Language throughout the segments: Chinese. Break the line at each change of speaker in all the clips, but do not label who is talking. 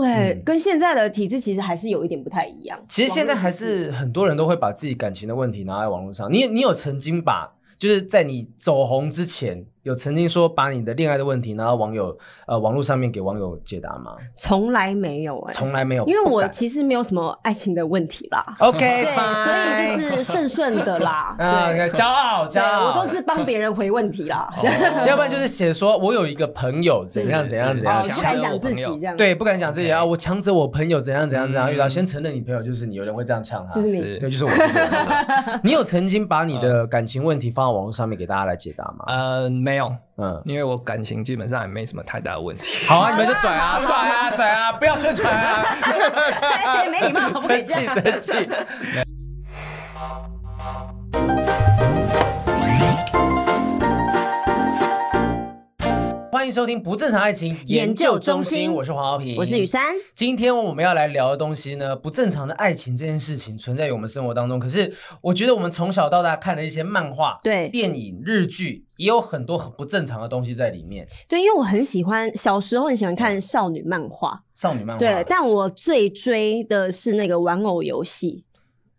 对，欸跟现在的体制其实还是有一点不太一样。
嗯其实现在还
网络体制
是很多人都会把自己感情的问题拿在网络上。你你有曾经把就是在你走红之前，有曾经说把你的恋爱的问题拿到网友呃网络上面给网友解答吗？
从来没有哎、
从来没有，
因为
不
我
敢
其实没有什么爱情的问题啦，
OK，
对，
fine，
所以就是顺顺的啦
啊，
对，
骄傲骄
对
傲，
我都是帮别人回问题啦，这样
哦，要不然就是写说我有一个朋友怎样
是
怎样
是
怎
对
样
啊
哦，
是
不
强
敢
强迫
讲
我
自
朋友
己这样，
对，不敢讲自己啊，
OK
我强者我朋友怎样怎样怎样
嗯
遇到，先承认你朋友就是你，有人会这样呛他，
就是嗯你
对，就是我就是 我。你有曾经把你的感情问题放到网络上面给大家来解答吗？
啊
呃，没有，
嗯，
因为我感情基本上也没什么太大的问题。
好啊，你们就拽啊拽啊拽啊，不要宣传啊，
哎没礼貌，不可以
生
这
气
样。
生气。欢迎收听不正常爱情研
研究
究中
中
心，
心
我是黄浩平，
我是雨。珊，
今天我们要来聊的东西呢，不正常的爱情这件事情存在于我们生活当中。可是我觉得我们从小到大看的一些漫画、
对
电影、日剧，也有很多很不正常的东西在里面。
对，因为我很喜欢，小时候很喜欢看少女漫画，
少女漫画，
对，但我最追的是那个玩偶游戏，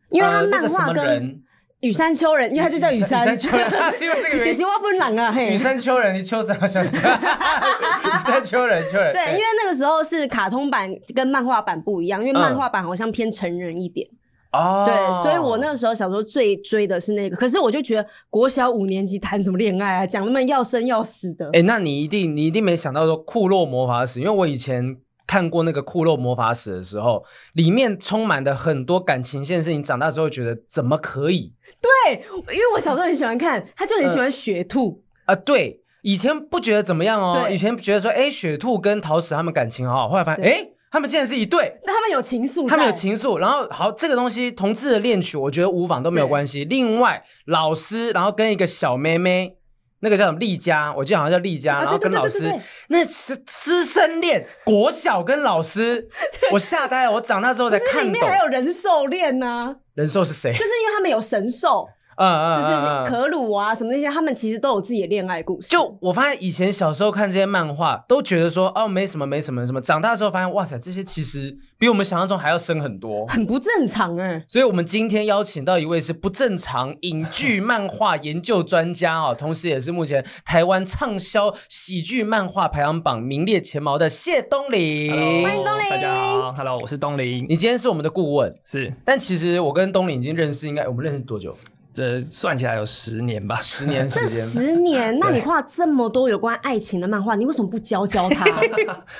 因为它
呃那
漫
个什
画
么
跟
人，
雨山丘人，因为它就叫雨山，
秋人， 啊是因为这个
就
原
是
因。
我本人啊，嘿
雨。山丘人，秋山丘人， 雨山丘人，丘人。
对，因为那个时候是卡通版跟漫画版不一样，因为
嗯
漫画版好像偏成人一点，
哦，
对，所以我那个时候小时候最追的是那个，可是我就觉得国小五年级谈什么恋爱啊，讲那么要生要死的，
哎、那你一定你一定没想到说库洛魔法使，因为我以前看过那个库洛魔法使的时候，里面充满的很多感情线，是你长大之后觉得怎么可以
对，因为我小时候很喜欢看，他就很喜欢雪兔，
啊？对，以前不觉得怎么样哦，
对
以前觉得说，哎、雪兔跟桃矢他们感情好好，后来发现，哎、
对
他们竟然是一对。
但他们有情愫在，
他们有情愫，然后好，这个东西同志的恋曲，我觉得无妨都没有关系。另外，老师，然后跟一个小妹妹，那个叫什么丽佳，我记得好像叫丽佳，
啊
然后
对
跟
对对
老
对
师
对对，
那是师生恋，国小跟老师，我吓呆了。我长大之后才
可是里
看
面
懂
还有人兽恋呢，
人兽是谁
就，是因为他们有神兽，
嗯嗯，
就是
嗯嗯
可鲁啊什么那些，他们其实都有自己的恋爱故事，
就我发现以前小时候看这些漫画，都觉得说哦没什么没什么什么，长大之后发现哇塞，这些其实比我们想象中还要深很多。
很不正常哎、
所以，我们今天邀请到一位是不正常影剧漫画研究专家哦，同时也是目前台湾畅销喜剧漫画排行榜名列前茅的谢东林。
Hello，
欢迎东林
大家好，Hello，我是东林，
你今天是我们的顾问，
是
但其实我跟东林已经认识，应该我们认识多久？
这算起来有十年吧，
十年
这
时 间。
十年， 那你画这么多有关爱情的漫画，你为什么不教教他？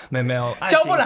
没有没有，爱情
教不来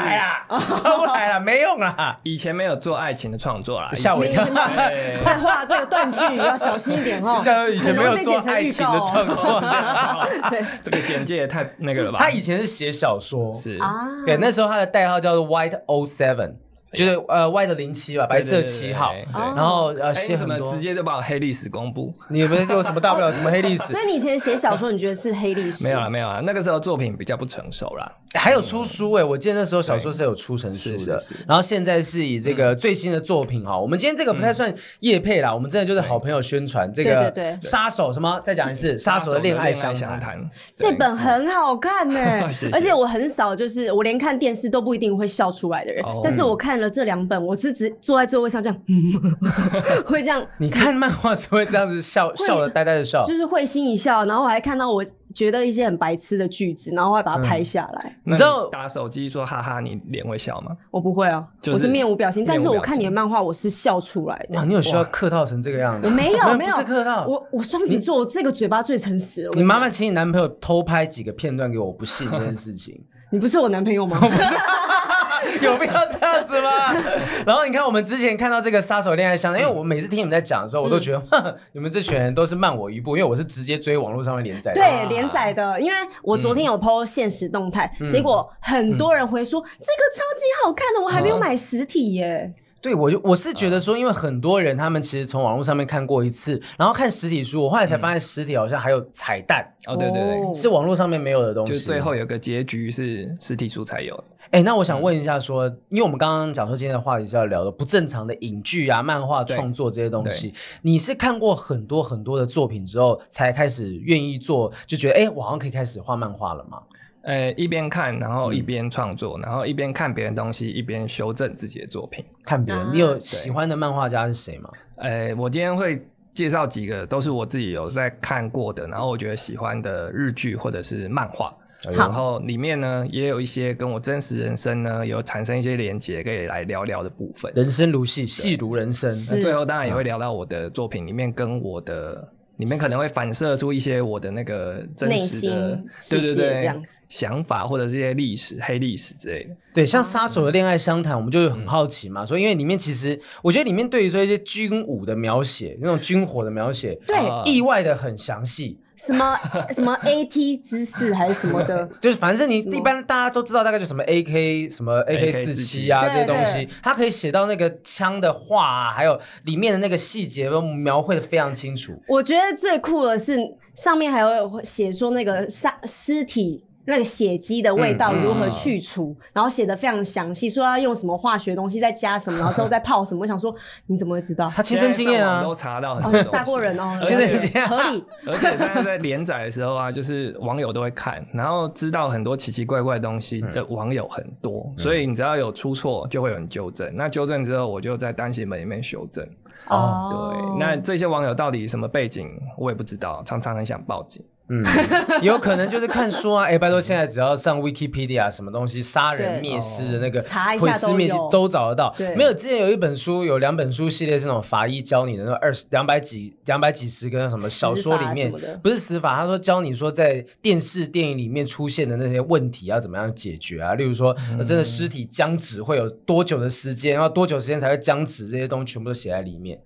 是！
啊，教不来啊，没用啦，
以前没有做爱情的创作啦，
吓 我一跳。
对
在画这个断句要小心一点 哦。
这样以前没有做
很容
爱
易被剪成预
情
告
的
哦
创作，
对
这个简介也太那个了吧？
他以前是写小说，
是哎
啊，
对，那时候他的代号叫做 White O Seven，就是呃 White 零七吧，白色七号。
对对对
哦
对
然后呃
哎
写
你怎
很
么
多
直，接就把我黑历史公布？
你们有什么大不了什么黑历史
所，以你以前写小说，你觉得是黑历史？
没
啊
有啦，没有啦，那个时候作品比较不成熟啦。
还有出书哎，我记得那时候小说是有嗯出成书的
是是，
然后现在是以这个最新的作品哈，我们今天这个不太算业配啦，我们真的就是好朋友宣传这
对
个
对对
杀手什么，再讲一次杀手的恋爱相谈，
谈，
这本很好看呢、
谢谢
而且我很少，就是我连看电视都不一定会笑出来的人，
哦
但
嗯
是我看了这两本，我是只坐在座位上这样， 嗯， 会这样，
你看漫画是会这样子笑笑的呆呆的笑，
就是会心一笑，然后我还看到我觉得一些很白痴的句子，然后我还把它
嗯
拍下来。
那
你知道
打手机说哈哈，你脸会笑吗？
我不会啊，
就是
我是面无表情，
面无表
但
情
是我看你的漫画，我是笑出来 的。
哇，你有需要客套成这个样子？
我没有，没有
不是客套，
我我双子座，我这个嘴巴最诚实了。
你麻烦请你男朋友偷拍几个片段给我，我不信这件事情，
你不是我男朋友吗？
有必要这样子 吗？然后你看，我们之前看到这个杀手恋爱相谈，因为我每次听你们在讲的时候，我都觉得、
嗯
哼，你们这群人都是慢我一步，因为我是直接追网络上面连载 的。
对，连载的，因为我昨天有 PO 现实动态，结果很多人回说、这个超级好看的，我还没有买实体耶。
对，我就我是觉得
嗯
说，因为很多人他们其实从网络上面看过一次，然后看实体书，我后来才发现实体好像还有彩蛋，
哦，对对对
哦，
是网络上面没有的东西。
就最后有个结局是实体书才有的。
哎、那我想问一下说，因为我们刚刚讲说今天的话题是要聊的不正常的影剧啊、漫画
对
创作这些东西，你是看过很多很多的作品之后，才开始愿意做，就觉得哎、诶我好像可以开始画漫画了吗？
呃，一边看，然后一
嗯
边创作，然后一边看别人东西，一边修正自己的作品。
看别人，你有喜欢的漫画家是谁吗？
呃，我今天会介绍几个都是我自己有在看过的，然后我觉得喜欢的日剧或者是漫画。
哎呦
然后里面呢，也有一些跟我真实人生呢有产生一些连结，可以来聊聊的部分。
人生如戏，戏如人生。
那最后当然也
嗯
会聊到我的作品里面跟我的。里面可能会反射出一些我的那个真实
内
的
心，世
对
界
对
这
对
样子，
想法或者是一些历史、黑历史之类的。
对，像《杀手的恋爱相谈》，我们就很好奇嘛，所以因为里面其实我觉得里面对于说一些军武的描写，那种军火的描写，
对
啊
意外的很详细。
什么什么 AT 知识还是什么的，
就是反正你
什么
一般大家都知道，大概就什么 AK 什么 AK 四七啊这些
对
东西，它可以写到那个枪的画啊，还有里面的那个细节都描绘的非常清楚。
我觉得最酷的是上面还有写说那个杀尸体。那个血迹的味道如何去除，然后写的非常详细，说要用什么化学东西，再加什么，然后之后再泡什么。我想说，你怎么会知 道？
他亲身经验
现在上
啊
网，都查到很多
哦，
东西
杀过人哦，
而且
了解
亲身经验
合理。
而且现在在连载的时候啊，就是网友都会看，然后知道很多奇奇怪怪的东西
嗯
的网友很多，所以你只要有出错，就会有人纠正。那纠正之后，我就在单行本里面修正。
哦
对，那这些网友到底什么背景，我也不知道，常常很想报警。
嗯， 有可能就是看书 啊，哎，拜托，现在只要上 Wikipedia 什么东西，杀人
对
灭尸的那个
查一下
毁尸灭迹
都有
都找得到
对。
没有，之前有一本书，有两本书系列是那种法医教你的那种二十两百几两百几十个什么小说里面
死法什么的，
不是死法，他说教你说在电视电影里面出现的那些问题要怎么样解决啊，例如说
嗯
呃真的尸体僵直会有多久的时间，然后多久时间才会僵直，这些东西全部都写在里面。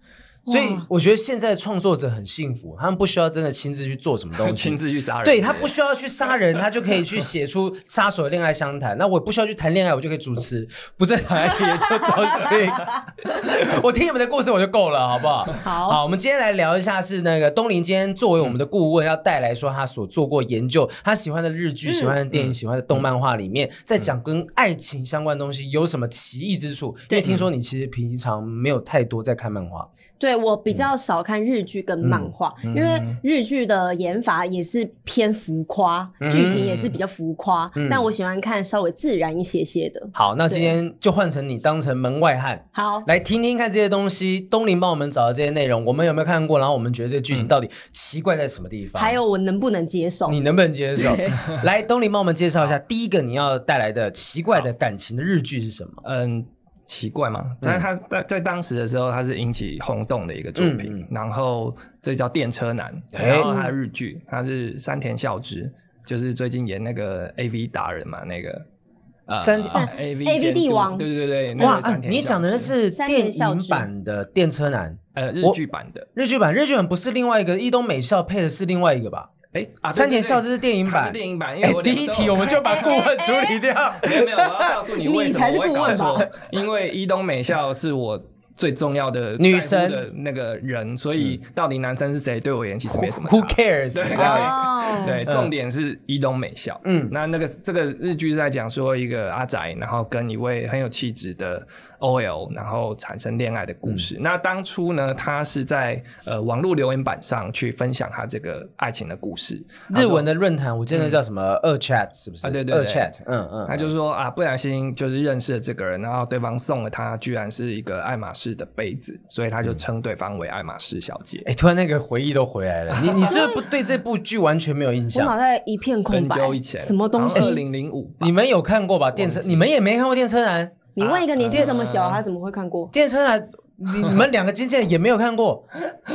所以我觉得现在的创作者很幸福，他们不需要真的亲自去做什么东西，
亲自去杀人，
嗯对他不需要去杀人，他就可以去写出《杀手的恋爱相谈》。那我不需要去谈恋爱，我就可以主持不正常爱情研究中心。 我听你们的故事我就够了，好不好？
好
好，我们今天来聊一下是那个东林今天作为我们的顾问，要带来说他所做过研究，他喜欢的日剧、喜欢的电影、喜欢的动漫画里面，在讲跟爱情相关的东西有什么奇异之处？因为听说你其实平常没有太多在看漫画，
对我比较少看日剧跟漫画，因为日剧的演法也是偏浮夸，剧情也是比较浮夸，但我喜欢看稍微自然一些些的。
好，那今天就换成你当成门外汉。
好，
来听听看这些东西，东林帮我们找的这些内容，我们有没有看过？然后我们觉得这剧情到底奇怪在什么地方？
还有我能不能接受？
你能不能接受？来，东林帮我们介绍一下，第一个你要带来的奇怪的感情的日剧是什么？
嗯，奇怪嘛，
嗯
但是他在在当时的时候，他是引起轰动的一个作品。
嗯嗯
然后这叫《电车男》，
哎
然后他日剧，他是山田孝之，就是最近演那个 AV 达人嘛，那个呃
山田
啊 AV
AV
监督
帝王
对对对对，
哇啊
那个，山田孝之
你讲的那是
山
电
田孝
影
之
版的《电车男》
呃日剧版的，
日剧版，日剧版不是另外一个伊东美孝配的是另外一个吧？
哎啊，
山田孝之
之
是电影版。
电影版，因
哎
为，我
第
两
一
个都
题
有
我们
看
就把顾问处理掉。
没 有没有，我要告诉你为什么我会搞
你才是顾问
错，因为伊东美孝是我。最重要的
女
在乎
神
的那个人，所以到底男生是谁，对我而言其实没什么
Who
差
cares？ 啊
对
这样
哦，
对，重点是伊东美孝。
嗯
嗯，那那个这个日剧是在讲说一个阿宅，然后跟一位很有气质的 OL，然后产生恋爱的故事。那当初呢，他是在呃网络留言板上去分享他这个爱情的故事。
日文的论坛，我记得叫什么二 chat 是不是？
啊对对对
二 chat，嗯嗯，
他就说啊，不小心就是认识了这个人，然后对方送了他居然是一个爱马仕的杯子，所以他
嗯
就称对方为爱马仕小姐。
哎、突然那个回忆都回来了。你你是不是不对这部剧完全没有印
我脑
象？
袋一片空
很
白
久以前，，
什么东西？
二零零五，
你们有看过吧？电车，你们也没看过《电车男》？《
你问一个年纪这么小，他怎么会看过？
电车男》你你们两个经纪人也没有看过？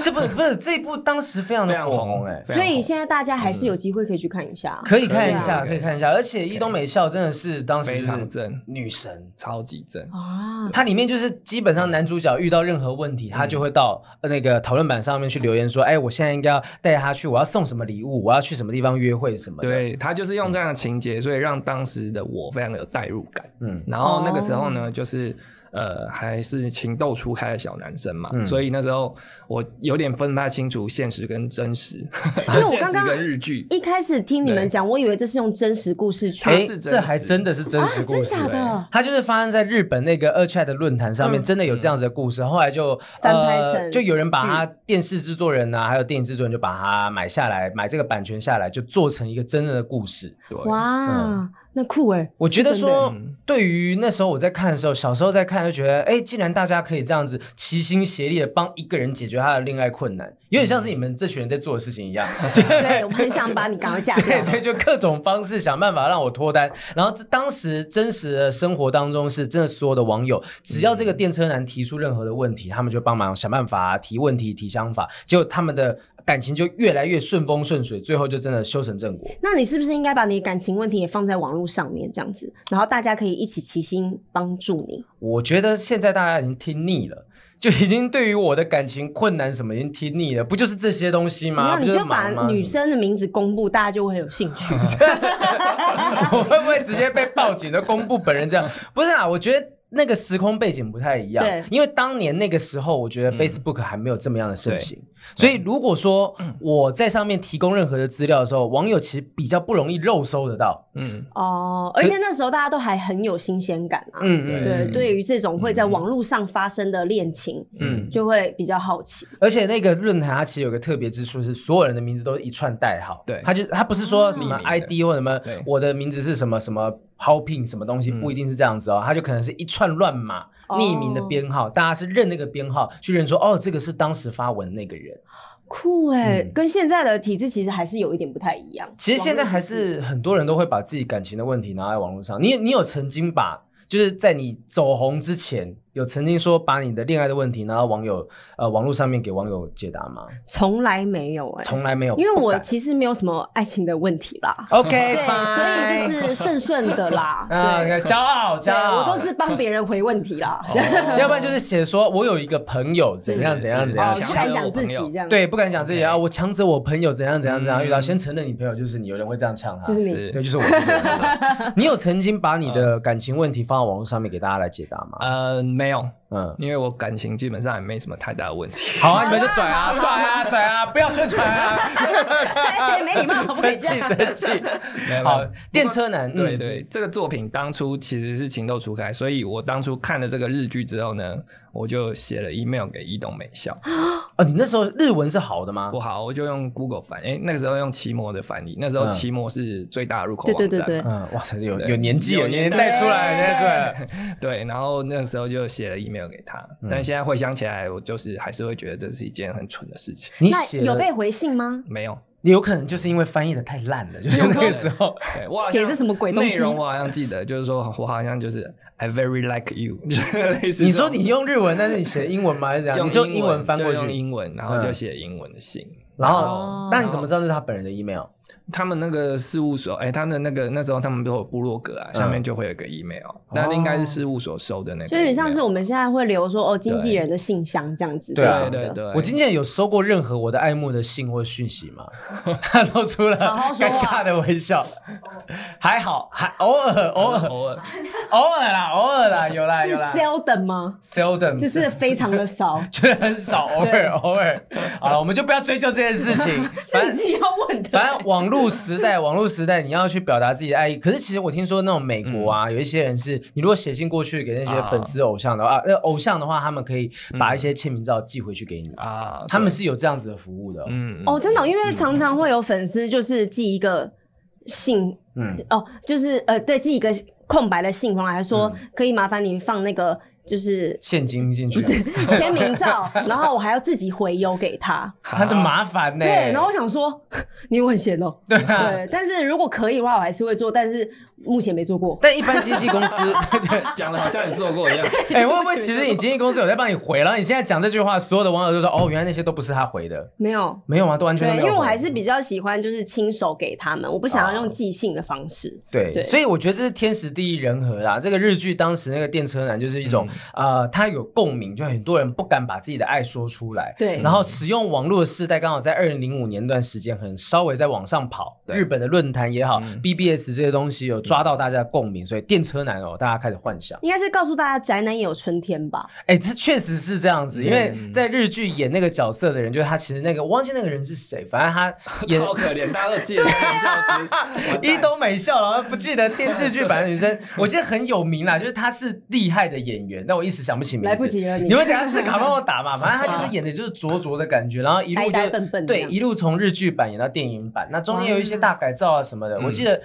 这部不是这一部当时非常
非
的
常
火
红
红哎、
非常
所以
红
现在大家还是有机会可以去看一下。
可以看一
对
下，
啊
可以看一下。而且伊东美孝真的是当时
非
就
常
是哦
正，
女神。
超级正。
啊，
它里面就是基本上男主角遇到任何问题，他就会到呃那个讨论板上面去留言说：“哎，我现在应该要带他去，我要送什么礼物，我要去什么地方约会什么的。”，
对他就
嗯
是用这样的情节，所以让当时的我非常的有代入感。
嗯
哦
嗯，然后那个时候呢，就是呃还是情窦初开的小男生嘛，
嗯
所以那时候我有点分不太清楚现实跟真实，
因为我
现
刚
实
刚
跟日剧。
一开始听你们
对
讲，我以为这是用真实故事去
它
哎，
是真
这还
实
真的是真
啊
实，故
真
事、
假
欸。
的？
它就是发生在日本那个二 chat 的论坛上面，
嗯
真的有这样子的故事。后来就
翻拍成
呃，就有人把它电视制作人啊，还有电影制作人就把它买下来，买这个版权下来，就做成一个真正的故事。
对，
哇，那酷哎！
我觉得
是真的
说，对于那时候我在看的时候，小时候在看就觉得，哎，既然大家可以这样子齐心协力的帮一个人解决他的恋爱困难，有点像是你们这群人在做的事情一样，
对，我很想把你赶快嫁掉
对。对，就各种方式想办法让我脱单。然后这当时真实的生活当中是真的，所有的网友只要
嗯
这个电车男提出任何的问题，他们就帮忙想办法、提问题、提想法，结果他们的感情就越来越顺风顺水，最后就真的修成正果。
那你是不是应该把你的感情问题也放在网络上面这样子，然后大家可以一起齐心帮助你？
我觉得现在大家已经听腻了。就已经对于我的感情困难什么已经听腻了，不就是这些东西
没
吗？
有，
不
你
是
就把
忙吗
女
什么
生的名字公布，大家就会有兴趣。
我会不会直接被报警的公布本人这样？ 不是啊，我觉得。那个时空背景不太一样
对，
因为当年那个时候，我觉得 Facebook 还没有这么样的盛行，所以如果说我在上面提供任何的资料的时候，网友其实比较不容易肉搜得到。
嗯，
哦，而且那时候大家都还很有新鲜感啊。
嗯
对
对，对于这种会在网络上发生的恋情，
嗯
就会比较好奇。
而且那个论坛它其实有个特别之处是，所有人的名字都是一串代号。
对嗯
它就它不是说什么
匿名的
ID 或什么
对嗯
我的名字是什么什么 Hopin 什么东西，不一定是这样子哦，它就可能是一串乱码、
哦
匿名的编号，大家是认那个编号去认说，哦，这个是当时发文那个人。
酷哎、
嗯
跟现在的体制其实还是有一点不太一样。
其实现在还是很多人都会把自己感情的问题拿在网络上。你你有曾经把就是在你走红之前，有曾经说把你的恋爱的问题拿到网友呃网络上面给网友解答吗？
从来没有哎、
从来没有，
因为
不
我
敢
其实没有什么爱情的问题啦。
OK，
对，
fine。
所以就是顺顺的啦
啊，
对，
骄傲骄
对
傲，啊哦
我都是帮别人回问题啦。 哦
要不然就是写说我有一个朋友怎样怎样
是
怎
哦
样
是，
不
是
敢讲自己这样。，
对，不敢讲自己
OK
啊，我强者我朋友怎样怎样怎样
嗯
遇到，先承认你朋友就是你，有嗯人会这样呛他，
就是你
是
对，就是我就是 我。你有曾经把你的感情问题放到网络上面给大家来解答吗？
呃，没有，
嗯，
因为我感情基本上也没什么太大的问题。
好啊，你们 就拽啊拽啊拽啊，不要宣传 啊
哎没礼 貌，不可以
生
这
气
样。
生气。
没有没有
好，电车男，嗯
对，对，这个作品当初其实是情窦初开，所以我当初看了这个日剧之后呢，我就写了 email 给伊东美笑。
哦，你那时候日文是好的吗？
不好，我就用 Google 翻，哎，那个时候用奇摩的翻译，那时候
嗯
奇摩是最大的入口
对
网站
对对
嘛。
对，
嗯，哇塞，有
对
有年纪，
有
有年
年
代
代
出来，年代出来了。
对，然后那个时候就写了 email 给他，
嗯
但现在回想起来，我就是还是会觉得这是一件很蠢的事情。
你
那
写
有
的
被回信吗？
没有，
你有可能就是因为翻译的太烂了，就是那个时候，
对我好像
写这什么鬼东
内
西？
容我好像记得，就是说我好像就是 I very like you，就是 类似这 种。
你说你用日文，但是你写英文吗？还是怎样？
用
你说
英
英文翻过
就用
去，嗯
英文，然后就写英文的信。
然
哦
后那你怎么知道是他本人的 email？
他们那个事务所，哎、他的那个那时候他们都有部落格啊，下
嗯
面就会有个 email，、那应该是事务所收的那个 email。
就有点像是我们现在会留说哦，经纪人的信箱这样子。
对啊
这种
对
的
对对，
我今天有收过任何我的爱慕的信或讯息吗？ 他露出了
好好说
尴
话
尬的微笑，还好，还偶尔偶尔
偶 尔
偶尔啦，偶尔啦，有啦有啦
是 seldom 吗？
，seldom
就是非常的少，
觉得很少，偶
对
尔偶尔。好了，我们就不要追究这件 事情，反
是
正
你自己要问的。
反正网络时代，网络时代，你要去表达自己的爱意。可是其实我听说那种美国啊，
嗯
有一些人是，你如果写信过去给那些粉丝偶像的话，啊
嗯
那偶像的话，他们可以把一些签名照寄回去给你。
嗯
啊，
他们是有这样子的服务的哦。
嗯
哦，真的哦、因为常常会有粉丝就是寄一个信，
嗯，
哦，就是呃，对，寄一个空白的信回来，说、可以麻烦你放那个就是
现金进去，啊
签名 照，然后我还要自己回邮给他。
他的麻烦呢？
对，然后我想说， 你有很闲 哦。
对啊
对，但是如果可以的话，我还是会做，但是目前没做过。
但一般经纪公司，
讲的好像你做过
哦
一样。
哎、会不会其实你经纪公司有在帮你回？然后你现在讲这句话，所有的网友都说，哦，原来那些都不是他回的，
没有。
没有吗？都完全
对
都，没
因
有回。
为我还是比较喜欢就是亲手给他们，我不想要用寄信的方式。
对，
对
所以我觉得这是天时地利人和啦。这个日剧当时那个电车男就是一种呃，它有共鸣，就很多人不敢把自己的爱说出来。
对
然后使用网络的世代刚好在二零零五年那段时间，很稍微在往上跑。
对
日本的论坛也好、
嗯
b b s 这些东西有抓到大家的共鸣，所以电车男哦，大家开始幻想。
应该是告诉大家，宅男也有春天吧？
哎，这确实是这样子，因为在日剧演那个角色的人，就是他其实那个我忘记那个人是谁，反正他演
好可怜，大家都记得
啊
梁孝之
一都没笑，然后不记得电视剧版的 女生，我记得很有名啦，就是她是厉害的演员，但我一时想不起名字。
来不及了你
你们等一下自己卡帮我 打嘛，反正她就是演的就是灼灼的感觉，然后一路就
呆呆笨笨的
对，一路从日剧版演到电影版，那中间有一些大改造啊什么的。我记得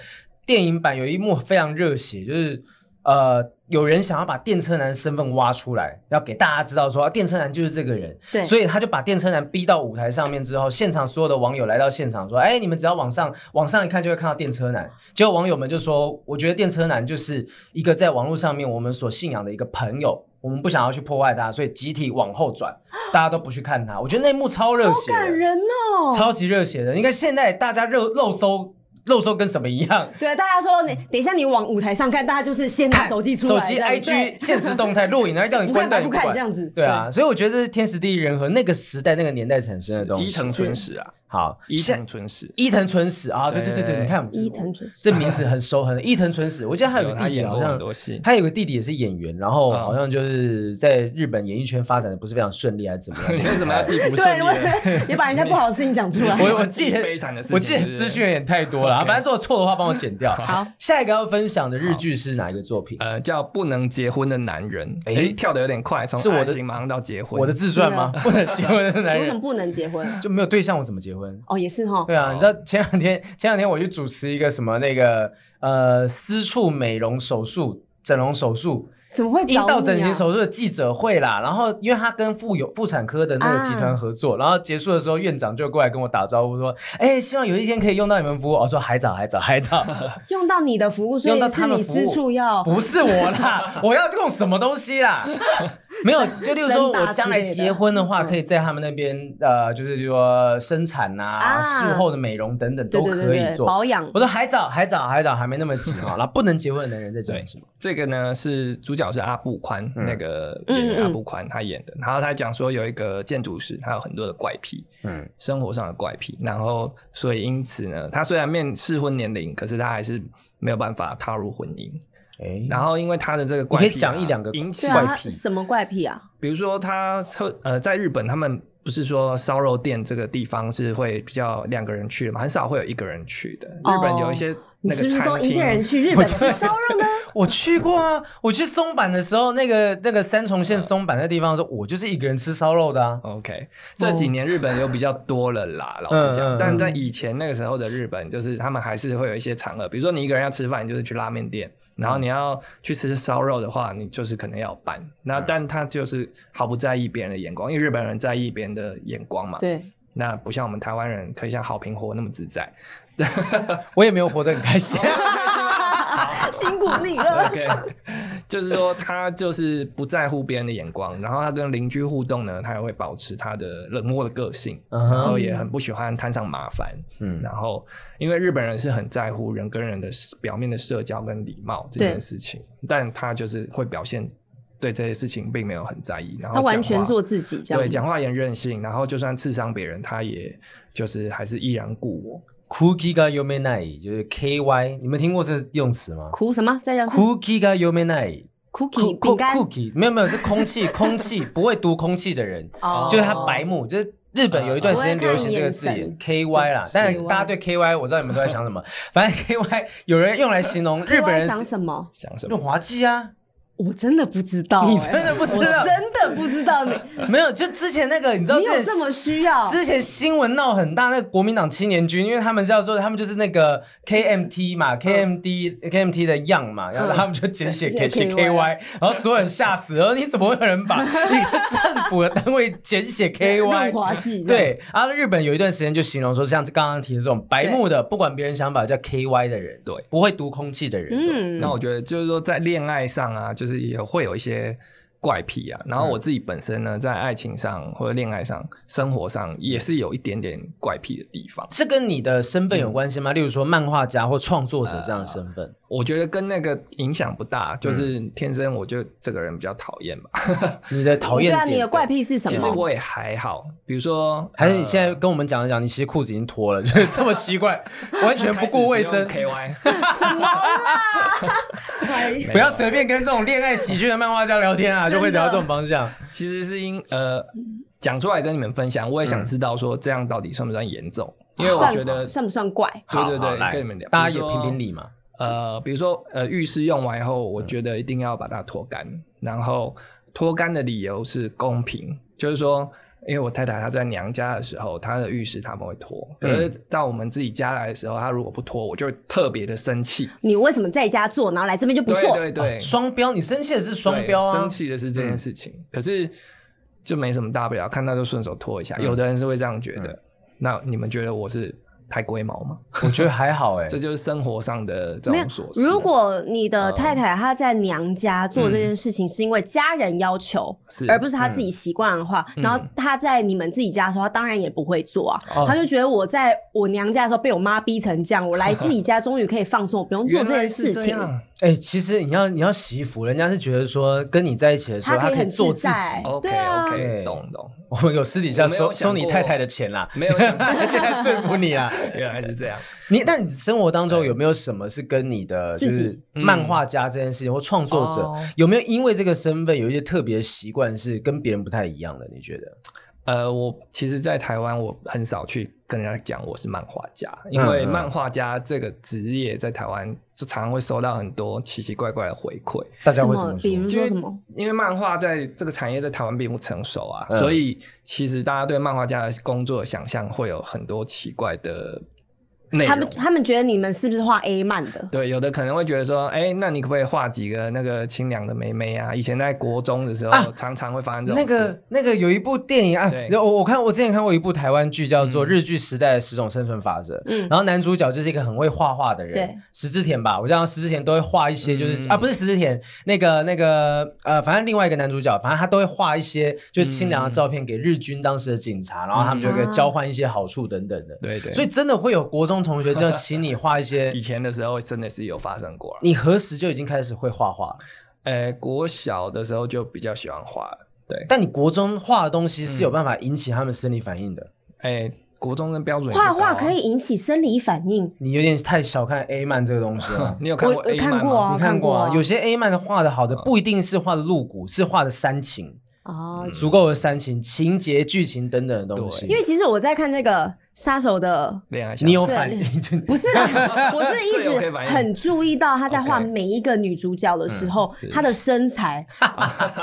电影版有一幕非常热血，就是。呃，有人想要把电车男身份挖出来，要给大家知道说、啊电车男就是这个人，
对
所以他就把电车男逼到舞台上面之后，现场所有的网友来到现场说：“哎，你们只要往上往上一看，就会看到电车男。”结果网友们就说：“我觉得电车男就是一个在网络上面我们所信仰的一个朋友，我们不想要去破坏他，所以集体往后转，大家都不去看他。”我觉得那一幕超热
好
血的，
感人哦！
超级热血的。你看现在大家热肉搜肉搜跟什么一样？
对，大家说你等一下，你往舞台上看，大家就是先拿手机出
手
来，
机、
这样
IG、现实动态、录影，然后叫你
不看
关掉
白不
你管
看这。样子。
对啊，所以我觉得这是天时地利人和那个时代、那个年代产生的东西。
伊藤淳史啊，
好，
伊
现
藤淳史，
伊藤纯史啊，对对
对
对对，你看
伊藤纯史
这名字很熟很，伊藤纯史，我记得他有个
他
弟弟
演
好
过很
像。
多戏，
他有个弟弟也是演员，然后
嗯
好像就是在日本演艺圈发展的不是非常顺利，还是怎么
你
样？
为什么要记不顺
对，
利
我
的？
也把人家不好的事情讲出来。
我我记得
悲惨的事情
我记得
是不是
资讯有点太多了，反正如果错的话帮我剪 掉。
好，
下一个要分享的日剧是哪一个作品？
呃，叫不能结婚的男人，
诶
诶，跳的有点快，从
是我
爱
的
情马上到结婚，
我的自传吗？不能结婚的男
为什么
人
不能结 婚？
就没有对象，我怎么结婚？
哦，也是哈。
对啊，你知道前两天前两天我去主持一个什么那个呃私处美容手术整容手术，
怎么会
阴
找
道
你
整形
啊？
手术的记者会啦，然后因为他跟妇有妇产科的那个集团合
啊
作，然后结束的时候院长就过来跟我打招呼说：“哎、希望有一天可以用到你们服务。”我说：“还早，还早，还早，
用到你的服务，所
用到
以
他
是
们
你
服务
私处要
不是我 啦，我要用什么东西啦？没有，就例如
增
说
大
我将来
之类的
结婚的话，
嗯
可以在他们那边呃，就是说生产呐、
啊
术后的美容等等
对
都
对
可以
对哦对
做。
保养
我说还早，还早，还早，还没那么急哈。然后不能结婚的男人在
对
讲什么？，
这个呢是主角是阿布宽，
嗯
那个演员阿布宽他演的。然后他讲说有一个建筑师，他有很多的怪癖，
嗯，
生活上的怪癖。然后所以因此呢，他虽然面适婚年龄，可是他还是没有办法踏入婚姻。
哎，
然后因为他的这个怪
你可
癖啊、
以讲一两个
引起
对啊，
怪
他
癖
什么怪癖啊？
比如说他呃，在日本他们不是说烧肉店这个地方是会比较两个人去的嘛，很少会有一个人去的。
哦
日本有一些
你
那
是不
个
是
餐
都一
厅
个人去日 本吃烧肉呢？
我去过啊，我去松阪的时候，那个那个三重县松阪那地方的时候，我就是一个人吃烧肉的啊。
哦
OK，这几年日本有比较多了啦，老实
嗯嗯
讲
嗯。
但在以前那个时候的日本，就是他们还是会有一些场合，比如说你一个人要吃饭，你就是去拉面店；然后你要去吃烧肉的话，你就是可能要有伴。
嗯
那但他就是毫不在意别人的眼光，因为日本人在意别人的眼光嘛。
对，
那不像我们台湾人可以像好评活那么自在。
我也没有活得很开心。
辛苦你了。
OK，就是 说他就是不在乎别人的眼光，然后他跟邻居互动呢，他也会保持他的冷漠的个性，
嗯哼
然后也很不喜欢摊上麻烦。
嗯
然后因为日本人是很在乎人跟人的表面的社交跟礼貌这件事情，但他就是会表现对这些事情并没有很在意，然后
他完
讲
全
话
做自己，这样
对讲话也很任性，然后就算刺伤别人，他也就是还是依然故我。
Cookie ga y o m e n a i 就是 K Y，你们听过这用词吗
哭什么？再讲
？Cookie ga y o m e n a i
cookie 饼干
cookie 没有没有是空气空气不会读空气的人，
哦
就是他白目，就是日本有一段时间流行这个字
我会看
眼
眼
K Y 啦。但是
KY
大家对 K Y 我知道你们都在想什么，反正 K Y 有人用来形容日本人
我在想
是
什么？
想什
润
么？
滑剂啊，
我真的不知道欸，
你真的不知道
我真的不知道你，
没有就之前那个你知道
你
之
有
前
这么需要？
之前新闻闹很大，那个国民党青年军，因为他们是要说他们就是那个 KMT 嘛，KMD、KMT 的样嘛，然后他们就简写
对
K 写
写 KY
KY，然后所有人吓死了，你怎么会有 人把一个政府的单位简写 KY？
润滑剂这样
对，啊，日本有一段时间就形容说，像刚刚提的这种白目的，不管别人想法叫 KY 的人，
对
不会读空气的人，
嗯
那我觉得就是说，在恋爱上啊，就是也会有一些怪癖啊，然后
嗯
我自己本身呢，在爱情上或者恋爱上、生活上也是有一点点怪癖的地方。
这跟你的身份有关系吗？例如说漫画家或创作者这样的身份，
我觉得跟那个影响不大，就是
嗯
天生我就这个人比较讨厌吧。
你的讨厌
对啊，你
点
的怪癖是什
其实
么？
我也还好，比如说，
还是你现在跟我们讲一讲，你其实裤子已经脱了， 就是这么奇 怪，完全不顾卫生。
K Y，
哎
不要随便跟这种恋爱喜剧的漫画家聊天啊，
真的
就会聊这种方向。
其实是因呃讲出来跟你们分享，我
嗯
也想知道说这样到底算不算严重，因为我
啊算
觉得
算不算怪？
对
好
对
好
对，
来
跟你们聊，
大家
比
也
如说
评评理嘛。
呃，比如说呃，浴室用完以后，我觉得一定要把它脱干，然后脱干的理由是公平，就是说。因为我太太她在娘家的时候，她的浴室他们会脱，
嗯
可是到我们自己家来的时候，她如果不脱，我就会特别的生气。
你为什么在家做，然后来这边就不啊
对
做？
对对，
双标，你生气的是双标
对
啊
生！气的是这件事情，可是就没什么大不了，看到就顺手拖一
嗯
下。有的人是会这样觉得，那你们觉得我是太龟毛吗？
我觉得还 好哎、
这就是生活上的这
没
种
有
琐，事。
如果你的太太她在娘家做这件事情，是因为家人要求，
是嗯
而不是她自己习惯的话，然后她在你们自己家的时候，她当然也不会做啊。
哦
她就觉得我在我娘家的时候被我妈逼成这样，我来自己家终于可以放松，我不用做
原
这
来
件
是
事
这
情。
样
哎、其实你要你要洗衣服，人家是觉得说跟你在一起的时候，
他可
他
以
可以
很
做
自
自己。
在
，OK
对啊
OK，
对
懂懂，
我们有私底下
我没有
收收
想过
你太太的钱啦，
没有想过
而且还说服你啊。
原来是这样。
你那你生活当中有没有什么是跟你的就
自己
是
嗯
漫画家这件事情或创作者、
哦
有没有因为这个身份有一些特别习惯是跟别人不太一样的？你觉得？
呃，我其实，在台湾我很少去跟人家讲我是漫画家，因为
嗯嗯
漫画家这个职业在台湾就常常会收到很多奇奇怪怪的回馈。
大家
什
会怎
么？
么
比
说？
如
就
说什
是
么？
因为漫画在这个产业在台湾并不成熟啊，
嗯
所以其实大家对漫画家的工作想象会有很多奇怪的内
他们
容。
他们觉得你们是不是画 A 漫的？
对，有的可能会觉得说，哎、那你可不可以画几个那个清凉的妹妹啊？以前在国中的时候，
啊
常常会发生这种
那
事。
个那个有一部电影啊
对，嗯
我我看我之前看过一部台湾剧叫做《日剧时代的十种生存法则》，
嗯
哦
然后男主角就是一个很会画画的人
对，
石之田吧，我知道石之田都会画一些就是、
嗯
啊不是石之田，那个那个呃，反正另外一个男主角，反正他都会画一些
嗯
就是清凉的照片给日军当时的警察，然后他们就可以交换一些好处等等的，
啊对对，
所以真的会有国中同学这 样请你画一些
以，前的时候真的是有发生过了。
你何时就已经开始会画画了？
呃，国小的时候就比较喜欢画了，对，
但你国中画的东西是
嗯
有办法引起他们生理反应的。
哎，国中的标准也不
画
高啊。
画可以。引起生理反应。
你有点太小看 A 漫这个东西了
你有看
我
过
我
A 漫
看过
吗？
啊，
你看过啊？有
有
些 A 漫画的好
嗯
的不一定是画的露骨，是画的煽情，
啊，
嗯
足够的煽情、情节、剧情等等的东西。
对
因为其实我在看这个杀手的
恋爱小
你有
对
反应， 就
不是啦，我 是一
这有可
直
以反应
很注意到她在画
OK
每一个女主角的时候
嗯是，
她的身 材、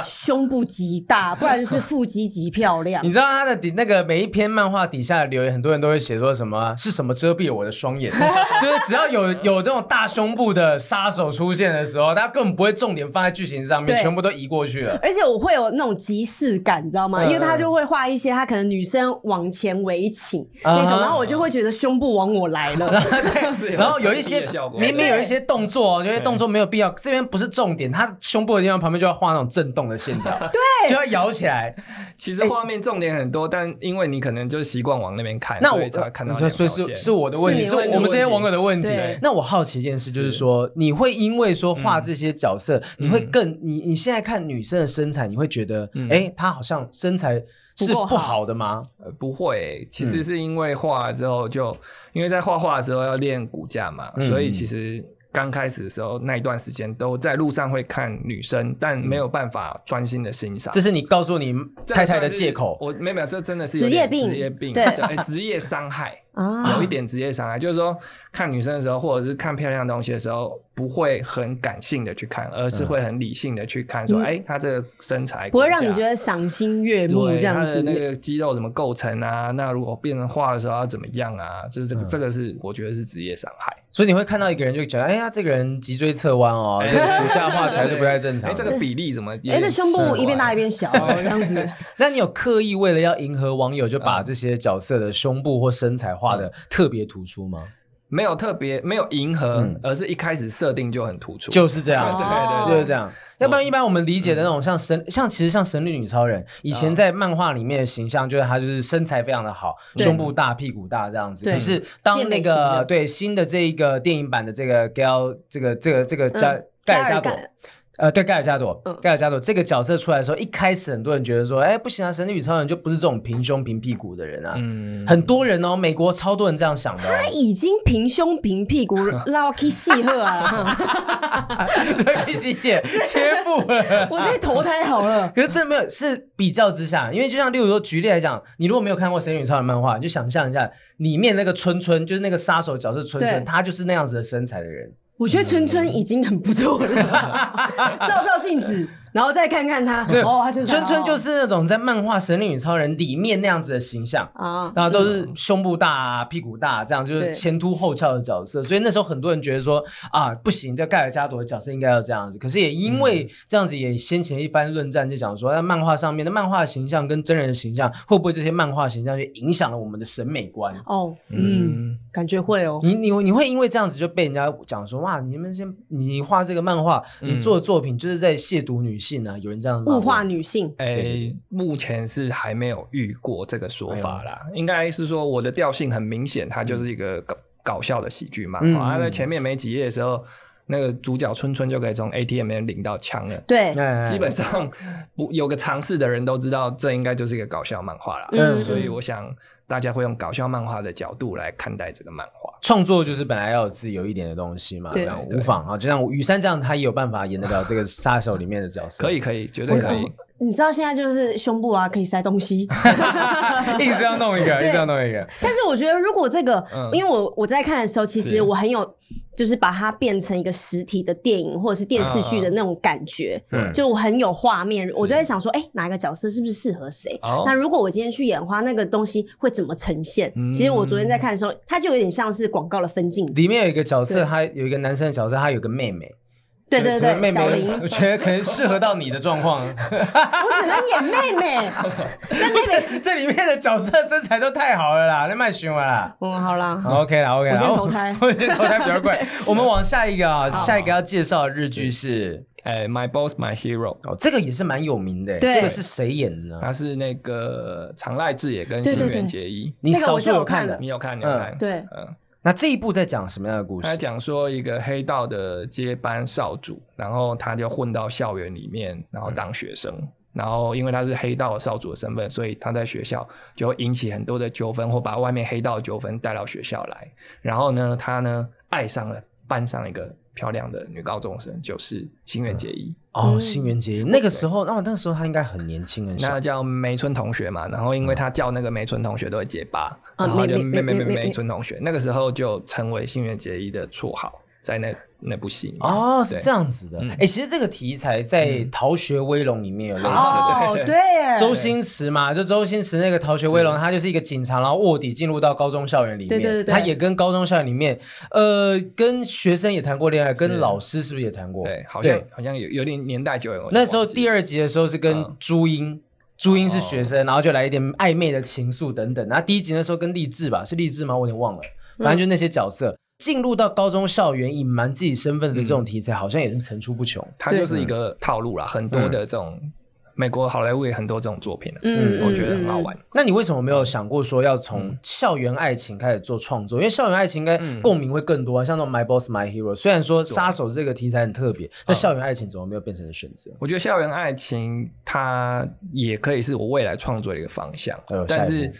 胸部极大，不然就是腹肌极漂亮
你。知道他的底那个每一篇漫画底下的留言，很多人都会写说什么是什么遮蔽了我的双眼， 就是只要有有这种大胸部的杀手出现的时候，他根本不会重点放在剧情上面，
对
全部都移过去 了。
而且我会有那种即视感，你知道吗？
嗯
因为她就会画一些她可能女生往前围寝
啊
那种，然后我就会觉得胸部往我来了。
是有
然后有一
3D
些
的效果哎
明明有一些动作哦，有一些动作没有必要，这边不是重点，他胸部的地方旁边就要画那种震动的线条，对，就要摇起来。
其
哎
实画面重点很多，但因我你可能就习惯往那边看，
那
所
我
以才会看到
你
那
说
条
所以
线
是是我的问题，
是
是
你的问题
我们这些网友的问题
对。
那我好奇一件事，就是说你会因为说
嗯
画这些角色，你会更你你现在看女生的身材，你会觉得
嗯
哎，她好像身材是
不够
不
好
好的吗？
呃不会欸、其实是因为画了之后就，因为在画画的时候要练骨架嘛，
嗯
所以其实刚开始的时候那一段时间都在路上会看女生，但没有办法专心的欣赏。
这是你告诉你
这
太太的
算是
借口。
我没有没有，这真的是
职
有点
业病
职业病，
对
哎职业伤害。
啊
有一点职业伤害，就是说看女生的时候，或者是看漂亮的东西的时候，不会很感性的去看，而是会
嗯
很理性的去看，说，
嗯
哎、她这个身材
不会让你觉
得。
得赏心悦目
对
这样
她
子
的。那个肌肉怎么构成啊？那如果变成画的时候要怎么样啊？就是
嗯
这个，这个是我觉得是职业伤害。
所以你会看到一个人就觉得，哎呀，这个人脊椎侧弯哦，这个骨架画起来就不太正 常。
哎，这个比例怎么有点
哎，
奇怪？
这胸部一边大一边小哦，这样子。
那你有刻意为了
嗯
要迎合网友，就把这些角色的胸部或身材画的特别突出吗？
没有特别没有迎合，而是一开始设定就很突出，
嗯就是这样，
对嗯
对对
就是这样。要不然，一般我们理解的那种像神，像其实像神力女超人，以前在漫画里面的形象就是她就是身材非常的好，
对
胸部大、屁股大这样子。
对
可是当
健美
那
型的
个对新的这一个电影版的这个 Gal 这个这个这个加
嗯
盖尔加
加尔
朵
盖，
呃，对盖尔加朵
嗯，
盖尔加朵这个角色出来的时候，一开始很多人觉得说，哎，不行啊，神力女超人就不是这种平胸平屁股的人啊。
嗯，
很多人哦，美国超多人这样想的哦。
他已经平胸平屁股拉去细喝啊！
对，谢谢切腹 了。
我再投胎好了。
可是这没有是比较之下，因为就像例如说举例来讲，你如果没有看过《神女超人》漫画，你就想象一下里面那个春春，就是那个杀手角色春
对
春，他就是那样子的身材的人。
我觉得春春已经很不错了，照照镜子，然后再看看他，哦，他身材
春
好
春就是那种在漫画《神力女超人》里面那样子的形象。
啊，
然后都是胸部大、啊、屁股大、啊，这样就
对
是前凸后翘的角色，所以那时候很多人觉得说啊，不行，这盖尔加朵的角色应该要这样子。可是也因
嗯
为这样子，也掀起了一番论战，就讲说，那啊漫画上面的漫画的形象跟真人的形象，会不会这些漫画形象就影响了我们的审美观？
哦，嗯，感觉会哦，
你你你会因为这样子就被人家讲说哇，你们先你画这个漫画，你做的作品就是在亵渎女性啊，有人这样骂我
物化女性，
哎、
对
目前是还没有遇过这个说法啦。应该是说我的调性很明显，它就是一个搞、搞笑的喜剧漫哦
嗯
画。它、
嗯
在前面没几页的时候，那个主角春春就可以从 ATM 里面领到枪了。
对，
哎
基本上不有个尝试的人都知道，这应该就是一个搞笑漫画啦。
嗯
所以我想大家会用搞笑漫画的角度来看待这个漫画。
创作就是本来要有自由一点的东西嘛，
对
然后
对
无妨啊。就像雨珊这样，她也有办法演得了这个杀手里面的角色，
可以，可以，绝对可以。
你知道现在就是胸部啊可以塞东西，
硬是要弄一个，
对
硬是要弄一个。
但是我觉得如果这个，
嗯
因为我我在看的时候，其实
是
我很有就是把它变成一个实体的电影或者是电视剧的那种感觉，
嗯嗯
就我很有画面，我就在想说，哎、哪一个角色是不是适合谁？
哦
那如果我今天去演的话，那个东西会怎么呈现？其实我昨天在看的时候，它就有点像是广告的分镜，
里面有一个角
对
色，他有一个男生的角色，他有个妹妹，
对对
可能
对，
妹
小
妹
林，，
我觉得可能适合到你的状况。
我只能演妹妹。
这里面的角色身材都太好了啦，那卖熊了啦。
嗯，好啦，
OK 啦，OK 啦，
我先投胎
我先投胎比较快
对。
我们往下一个啊，下一个要介绍的日剧是
哎、m y Boss My Hero，
哦，这个也是蛮有名的，
对
这个是谁演的呢？
他是那个长濑智也跟
对
新
对
垣
对
结衣。
你
这个
少
我
数
就有
有看
看
的
了
你，有看？你有看？
对
嗯。
那这一部在讲什么样的故事
他？讲说一个黑道的接班少主，然后他就混到校园里面，然后当学生。然后，因为他是黑道少主的身份，所以他在学校就会引起很多的纠纷，或把外面黑道的纠纷带到学校来。然后呢，他呢爱上了班上一个漂亮的女高中生，就是新垣结衣，
哦，
嗯
新垣结衣那个时候，那、哦、那个时候他应该很年轻，很小
那。叫梅村同学嘛。然后，因为他叫那个梅村同学都会结巴，
啊
然后就
梅梅
梅梅
梅
梅
梅
梅村同学，那个时候就成为新垣结衣的绰号，在那那部戏里面
哦，
对
是这样子的。哎、其实这个题材在《逃学威龙》里面有类似的。
哦，
对对对
对耶，
周星驰嘛，就周星驰那个《逃学威龙》，他就是一个警察，然后卧底进入到高中校园里面。
对对对对
他也跟高中校园里面，呃，跟学生也谈过恋爱，跟
是
老师是不是也谈过？
对，好像好像有有点年代久远。我
那时候
忘记
第二集的时候是跟
嗯哦
朱茵，朱茵是学生，然后就来一点暧昧的情愫等等。然后第一集那时候跟励志吧，是励志吗？我有点忘了，反正就那些角色。进入到高中校园隐瞒自己身份的这
嗯
种题材，好像也是层出不穷。
它就是一个套路啦，很多
嗯
的这种美国好莱坞也很多这种作品啊
嗯
我觉得很好玩。
那你为什么没有
嗯
想过说要从校园爱情开始做创作？因为校园爱情应该
嗯
共鸣会更多啊，像那种 My Boss My Hero，虽然说杀手这个题材很特别，
嗯
但校园爱情怎么没有变成选择？
我觉得校园爱情它也可以是我未来创作的一个方向
哎呦，
但
下一
是
步。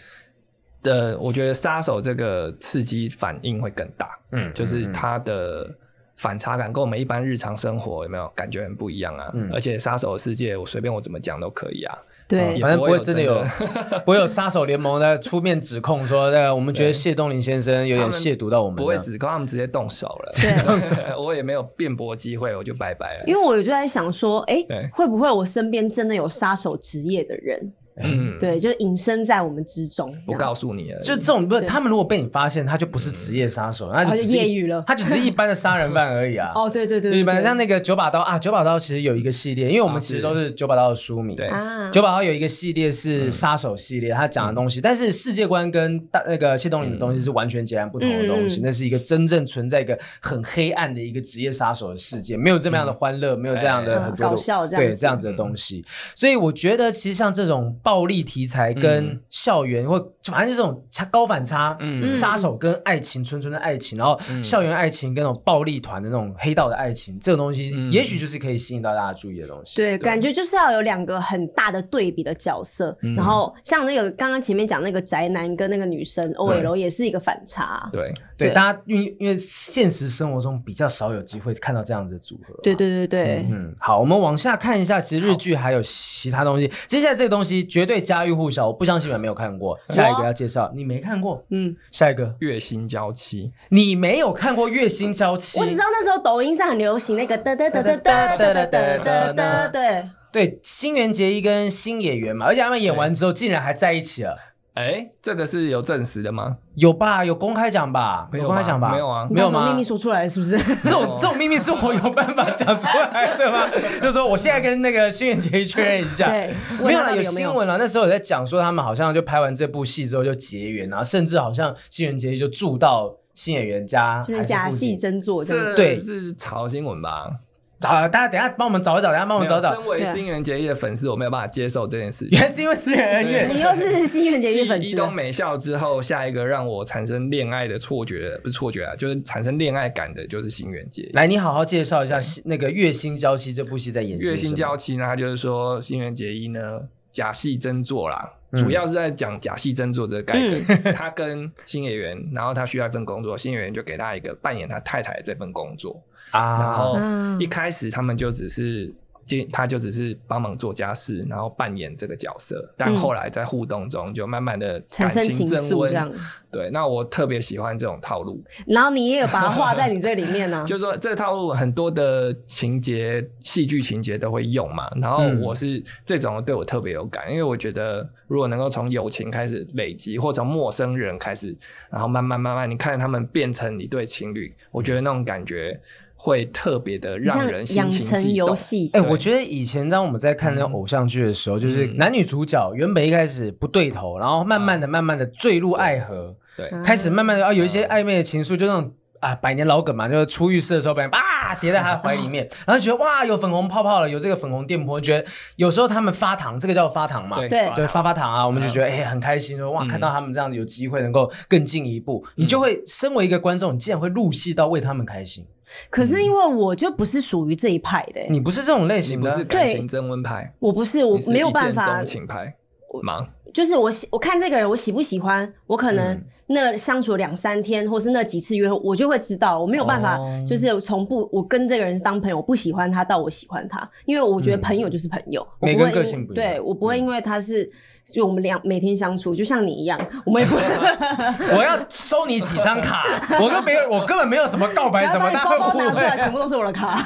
呃，我觉得杀手这个刺激反应会更大，
嗯
就是它的反差感跟我们一般日常生活有没有感觉很不一样啊？
嗯
而且杀手的世界，我随便我怎么讲都可以啊，
对
也
反正不会真的有
不，
不会有 杀手联盟在出面指控说，那个我们觉得谢东林先生有
他
点
们
亵渎到我们这样，
不会只告他们直接动手了，
对
我也没有辩驳机会，我就拜拜了。
因为我就在想说，哎、
对
会不会我身边真的有杀手职业的人？
嗯，
对，就隐身在我们之中。
不告诉你而已，
就这种不是
对
他们如果被你发现，他就不是职业杀手，他
然后
就
就
只是
业余了
他就只是一般的杀人犯而已啊。
这样 哦，对对对
一
对
般
对，
像那个九把刀啊，九把刀其实有一个系列，因为我们其实都是九把刀的书迷。
对
啊，
九把刀有一个系列
嗯
是杀手系列，他讲的东西，但是世界观跟大那个谢东
嗯
林的东西是完全截然不同的东
嗯
西。
嗯
那是一个真正存在一个很黑暗的一个职业杀手的世界，没有这么样的欢乐，没有这样的
嗯哎
很多的
搞笑这样
对
子
这样子的东西。所以我觉得，其实像这种暴力题材跟
嗯
校园或反正这种差高反差，
嗯
杀手跟爱情，纯纯的爱情，然后校园爱情跟那种暴力团的那种黑道的爱情，这种东西
嗯
也许就是可以吸引到大家注意的东西。
对，感觉就是要有两个很大的对比的角色，然后像那个刚刚前面讲那个宅男跟那个女生 OL 也是一个反差。
对，
对，
对
大家因为因为现实生活中比较少有机会看到这样子的组合。啊
对。对对对，
嗯，好，我们往下看一下，其实日剧还有其他东西。接下来这个东西绝对家喻户晓，我不相信你们没有看过。下一个要介绍，你没看过，
嗯，
下一个
月薪娇妻，
你没有看过《月薪娇妻
我只》知道。那时候抖音上很流行那个哒哒哒哒哒哒哒哒哒哒，对，
对，新垣结衣跟新演员嘛，而且他们演完之后竟然还在一起了，
哎，这个是有证实的吗？
有吧？有公开讲吧？
没有吧
公开讲吧？
没有啊
没有
把
吗？
秘密说出来是不是？
这种这种秘密是我有办法讲出来 的吗？就说我现在跟那个新垣结衣确认一下。
对
没有
问
啦，
他到底
有
有没
新
有
闻啦。那时候有在讲说他们好像就拍完这部戏之后就结缘啊，甚至好像新垣结衣就住到新演员家，
就是假戏真做这样。
这
对
是炒新闻吧？
找大家等一下帮我们找一找，等一下帮我们找一
没有
找。
身为
对啊
新垣结衣的粉丝，我没有办法接受这件事情
原。来是因为私人恩
你
怨，
又是新垣结衣粉
继伊
丝，
东美校之后，下一个让我产生恋爱的错觉，不是错觉啊，就是产生恋爱感的，就是新垣结衣。
来你好好介绍一下新那个《月薪娇妻》这部戏在演些
月薪
什么
娇妻呢，他就是说新垣结衣呢假戏真做啦，
嗯
主要是在讲假戏真做这个概
嗯
念。 他跟新演员，然后他需要一份工作，新演员就给他一个扮演他太太的这份工作。
啊，
然后
嗯
一开始他们就只是。就他就只是帮忙做家事，然后扮演这个角色，但
嗯
后来在互动中就慢慢的
产
感
生
情
情
增
愫
温
这，样。
对，那我特别喜欢这种套路，
然后你也有把它画在你这里面啊呢、
就是说这个套路很多的情节、戏剧情节都会用嘛。然后
嗯
我是这种对我特别有感，因为我觉得如果能够从友情开始累积，或从陌生人开始，然后慢慢慢慢，你看他们变成一对情侣，我觉得那种感觉会特别的
你
让
像
人心
养
情
成
激
游
动。
戏，
哎、
对
我觉得以前当我们在看那种偶像剧的时候，就是
嗯
男女主角原本一开始不对头，然后慢慢的、慢慢的坠入爱河，
对，嗯
啊
开始慢慢的啊有一些暧昧的情愫，就那种啊百年老梗嘛，就是出浴室的时候，本来啊叠在他的怀里 面，然后觉得哇有粉红泡泡了，有这个粉红电波，觉得有时候他们发糖，这个叫发糖嘛，
对
对
对，发发糖啊，我们就觉得哎、很开心，说哇
嗯
看到他们这样子有机会能够更进一步，你就会身为一个观众，你竟然会入戏到为他们开心，
可是因为我就不是属于这一派的、
你不是这种类
嗯你
型
不
的啊，
是感
对
情增温派，
我不是，我
你是
没有
一见
办法
钟，情派吗？
就是我喜我看这个人，我喜不喜欢，我可能
嗯
那相处两三天，或是那几次约会，我就会知道，我没有办法
哦，
就是从不我跟这个人当朋友，我不喜欢他到我喜欢他，因为我觉
嗯
得朋友就是朋友，我
每
不
个
会
人个
因
性不一样
对我不会因为他是就我们俩每天相处，就像你一样，我们也不 会
我要收你几 张卡，我都没有，我根本没有什么告白什
把
么，
你
大家会
包包拿
误
出来，
会。
全部都是我的卡。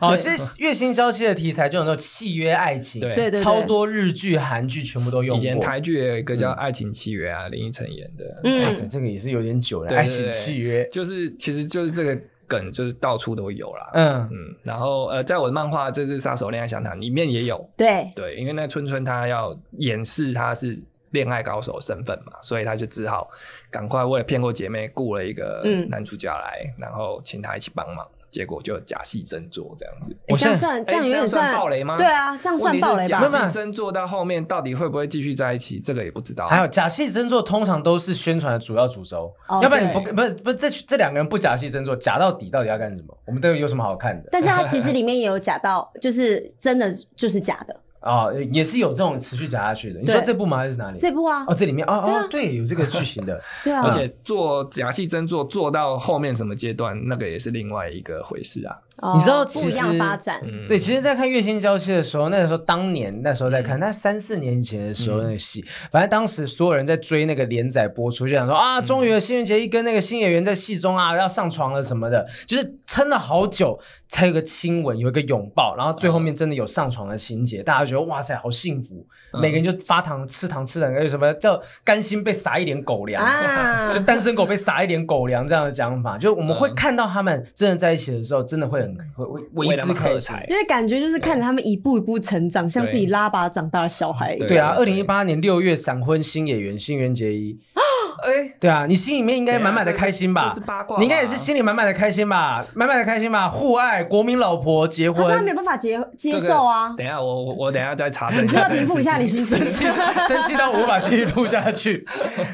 好，其实月薪消息的题材就很多契约爱情，
对
对对对
超多日剧、韩剧全部都用
以
过。
前台剧也有一个叫《爱情契约》啊，林依晨演的，
哇
嗯，
塞，这个也是有点久了，
对
爱情契约，
就是其实就是这个梗，就是到处都有啦。
嗯，
嗯，然后呃，在我的漫画《这次杀手恋爱详谈》里面也有，
对，
对，因为那春春她要掩饰她是恋爱高手身份嘛，所以她就只好赶快为了骗过姐妹，雇了一个
嗯
男主角来，然后请他一起帮忙，结果就假戏真做这样子。
欸
我
这样
现在
算这样有点
这样算暴雷吗
对啊，这样算暴雷吧
没
问题是
办
假
法
戏真做到后面到底会不会继续在一起，这个也不知道。
还有假戏真做，通常都是宣传的主要主轴，
哦
要不然你不
对
不是不是这这两个人不假戏真做，假到底到底要干什么？我们都有什么好看的
但是它其实里面也有假到，就是真的就是假的
啊？也是有这种持续假下去的。你
对
说这部吗？还是哪里？
这部啊
哦，，这里面哦
对啊
哦，对，有这个剧情的。
对啊
而，且做假戏真做做到后面什么阶段，那个也是另外一个回事啊。
哦
你知道其
不
实
一样发展，
对，其实，在看《月薪娇妻》的时候，那个时候当年那时候在看，那三四年以前的时候那个戏，反正当时所有人在追那个连载播出，就想说啊，终于有新垣结衣跟那个新演员在戏中啊要上床了什么的，就是撑了好久才有个亲吻，有一个拥抱，然后最后面真的有上床的情节，大家觉得哇塞，好幸福，每个人就发糖吃糖吃糖，还有什么叫甘心被撒一点狗粮，
啊
就单身狗被撒一点狗粮这样的讲法，就我们会看到他们真的在一起的时候，真的会很嗯会会为
为
之
他们
开
喝
心
彩。
因为感觉就是看着他们一步一步成长，像自己拉拔长大的小孩一样。
对
对啊，二
对
零一八年六月闪婚新演员新垣结衣，
哎，
对啊，你心里面应该满满的开心吧？
这是这是八卦吧
你应该也是心里满满的开心吧？满满的开心吧？互爱，国民老婆结
可是他没
婚，
有办法接接
这个
受啊，
等一下我我我等一下再查证一
你
下
要
这
平
件事情。
复一下你心情。
生气到无法继续录下去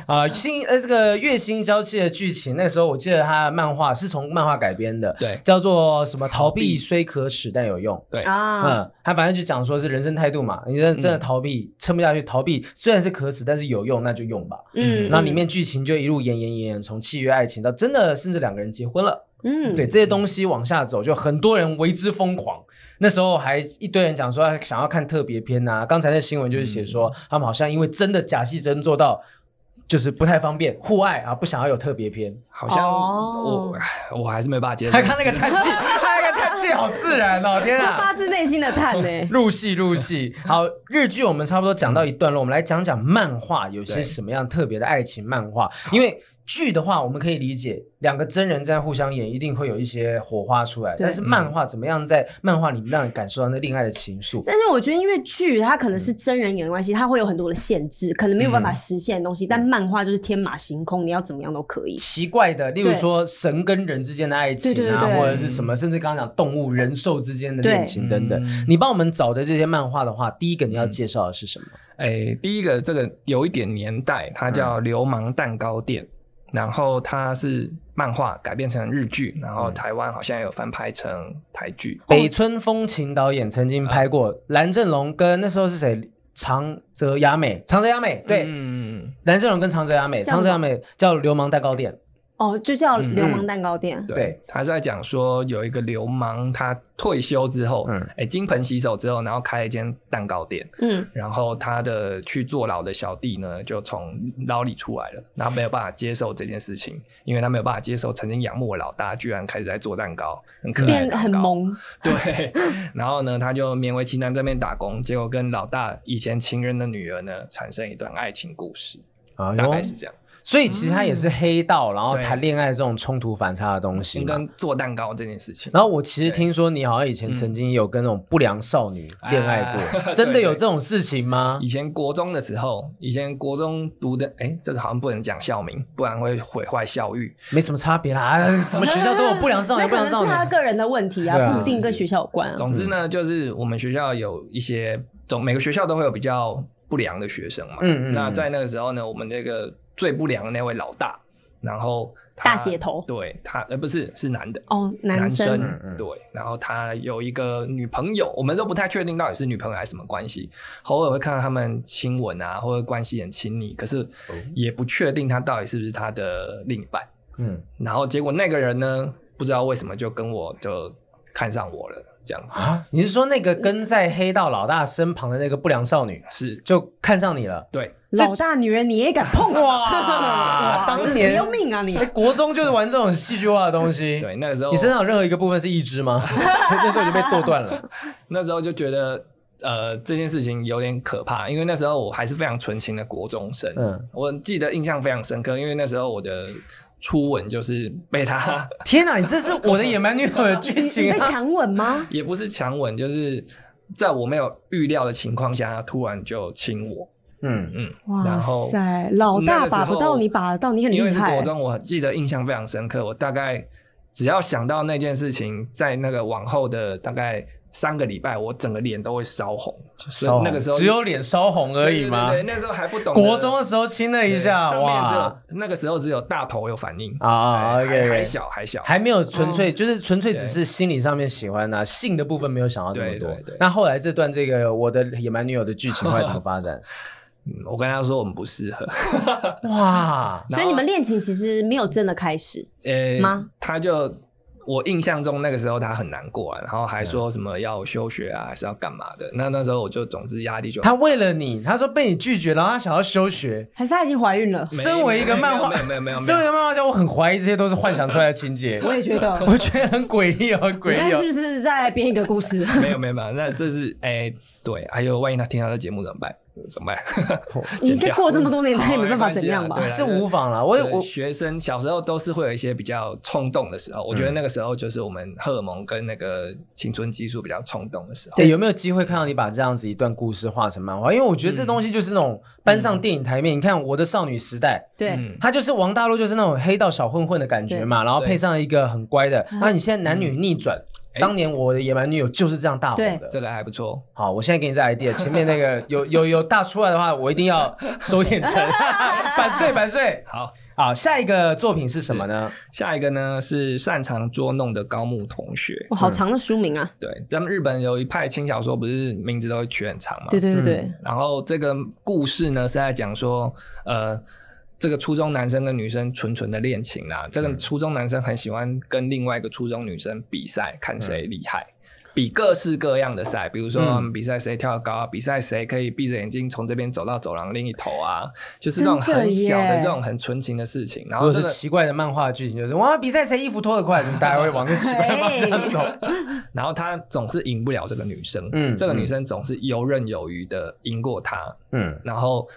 啊！新呃这个月薪娇妻的剧情，那时候我记得他的漫画是从漫画改编的，
对
叫做什么逃避虽可耻但有用。
对
啊，
嗯，他反正就讲说是人生态度嘛，你真的真的逃避，撑不下去，逃避虽然是可耻，但是有用，那就用吧。
嗯，
那里面剧情就一路演演演演，从契约爱情到真的甚至两个人结婚了，
嗯，
对这些东西往下走，就很多人为之疯狂。那时候还一堆人讲说哎想要看特别篇呐、刚才那新闻就是写说、
嗯
他们好像因为真的假戏真做到。就是不太方便互爱啊，不想要有特别篇。
好像
哦
我我还是没办法接受
他。看那个叹气， 他那个叹气好自然哦，天
他
啊！
发自内心的叹呢、
入戏入戏，好，日剧我们差不多讲到一段落，我们来讲讲漫画有些什么样特别的爱情漫画。因为剧的话，我们可以理解两个真人在互相演，一定会有一些火花出来。
对
但是漫画怎么样在漫画里面让你感受到那恋爱的情愫？
但是我觉得，因为剧它可能是真人演的关系，它会有很多的限制，可能没有办法实现的东西。但漫画就是天马行空，你要怎么样都可以。
奇怪的，例如说神跟人之间的爱情啊，
对对对对
或者是什么，甚至刚刚讲动物、人兽之间的恋情等等。你帮我们找的这些漫画的话，第一个你要介绍的是什么？
哎，第一个这个有一点年代，它
嗯
叫《流氓蛋糕店》，然后它是漫画改编成日剧，然
嗯
后台湾好像有翻拍成台剧。
北村风情导演曾经拍
呃
过蓝正龙跟那时候是谁？长泽雅美，长泽雅美对，
嗯，
蓝正龙跟长泽雅美，
这样
长
子
泽雅美叫《流氓蛋糕店
哦，就叫流氓蛋糕店。
对
对，
他是在讲说有一个流氓，他退休之后，
嗯
嗯，哎，金盆洗手之后，然后开了一间蛋糕店，
嗯，
然后他的去坐牢的小弟呢，就从牢里出来了，然后没有办法接受这件事情，因为他没有办法接受曾经仰慕的老大居然开始在做蛋糕，很可爱
变
的
得很
蛋糕，
萌，
对，然后呢，他就勉为其难在那边打工，结果跟老大以前情人的女儿呢，产生一段爱情故事，》
哦
啊
大概是嗯这样，
所以其实他也是黑道，然后
对
谈恋爱这种冲突反差的东西嘛。
跟做蛋糕这件事情。
然后我其实听说你好像以前曾经有跟那种不良少女恋爱过，
啊
真的
对
有这种事情吗
以？前国中的时候，以前国中读的，哎，这个好像不能讲校名，不然会毁坏校誉。
没什么差别啦， 啊什么学校都有不良少
那
女，不
可能
良少
是他
女。
个人的问题啊，
对啊
说不定跟学校有关啊。
总之呢，就是我们学校有一些总每个学校都会有比较不良的学生嘛。
嗯嗯嗯
那在那个时候呢，我们那个最不良的那位老大，然后他
大姐头
对他呃不是是男的
哦，男
男
生，
嗯
对，然后他有一个女朋友，我们都不太确定到底是女朋友还是什么关系，偶尔会看到他们亲吻啊，或者关系很亲密，可是也不确定他到底是不是他的另一半。
嗯，
然后结果那个人呢，不知道为什么就跟我就看上我了，这样子
啊，你是说那个跟在黑道老大身旁的那个不良少女
是
就看上你了？
对。
老大女人你也敢碰
哇当
真是
年
不要命啊你
哎、！国中就是玩这种戏剧化的东西。
对，那个时候
你身上有任何一个部分是一只 吗？那时候已经被剁断了。
那时候就觉得，呃，这件事情有点可怕，因为那时候我还是非常纯情的国中生。
嗯
嗯，我记得印象非常深刻，因为那时候我的初吻就是被他，？
天哪，你这是我的野蛮女友的剧
你
情
被
啊！
强吻吗
也不是强吻，就是在我没有预料的情况下，他突然就亲我。
嗯，
嗯，
哇
然后
塞，老大
那个时
把
候
不到你，把得到你很
因
厉
为是
害
欸
国。中，我记得印象非常深刻。我大概只要想到那件事情，在那个往后的大概三个礼拜，我整个脸都会烧红。所
烧
以
红
那个时候
只有脸烧红而已吗？
对对对对那时候还不懂得。
国中的时候亲了一下，
上面只
哇！
有那个时候只有大头有反应
啊啊
哎
OK，OK
还还小嗯还小，
还没有纯粹，就是纯粹只是心理上面喜欢呐、啊性的部分没有想到这么多。
对对对
那后来这段这个我的野蛮女友的剧情会怎么发 展？
嗯我跟他说我们不适合，
哇！
所以你们恋情其实没有真的开始
呃
吗？
他就我印象中那个时候他很难过、啊，然后还说什么要休学啊，还是要干嘛的。那那时候我就总之压力就
他为了你，他说被你拒绝，然后他想要休学。
还是她已经怀孕了？
没
身为一个漫画，
没有没有没有没有
身为一个漫画家，我很怀疑这些都是幻想出来的情 节。
我也觉
嗯
得，
我觉得很诡异哦，很
你
诡
刚
异
才
哦
是。不是在编一个故事？
没有没有没有，那这是哎、对，还有万一他听到这节目怎么办？怎么办？
你应该过了这么多年，
好
他也没办法
没关系啊
怎样吧
对？
是无妨啦，我
对
我
学生小时候都是会有一些比较冲动的时候，我觉得
嗯
那个时候就是我们荷尔蒙跟那个青春激素比较冲动的时候。
对有没有机会看到你把这样子一段故事画成漫画？因为我觉
嗯
得这东西就是那种搬上电影台面。你看我的少女时代，
对，
嗯，
他就是王大陆，就是那种黑道小混混的感觉嘛，然后配上一个很乖的。
嗯
那你现在男女逆转，
哎
当年我的野蛮女友就是这样大红的。
这个还不错。
好，我现在给你这 idea，前面那个有有有大出来的话，我一定要收敛 成， 百岁百岁。
好，
好，下一个作品是什么呢？
下一个呢是擅长捉弄的高木同学。
哇，好长的书名啊！
对，咱们日本有一派轻小说，不是名字都会取很长嘛？
对对对对，
然后这个故事呢是在讲说，呃，这个初中男生跟女生纯纯的恋情啦。这个初中男生很喜欢跟另外一个初中女生比赛，看谁厉害。比各式各样的赛，比如说
嗯
嗯比赛谁跳得高啊，比赛谁可以闭着眼睛从这边走到走廊另一头
嗯
啊，就是这种
真的
很小的
耶
这种很纯情的事情。然
如果
后这
是
个
奇怪的漫画剧情，就是哇，比赛谁衣服脱得快，怎么大家会往这奇怪的方向走？
然后他总是赢不了这个女生，
嗯
这个女生总是游刃有余的赢过他，
嗯，
然后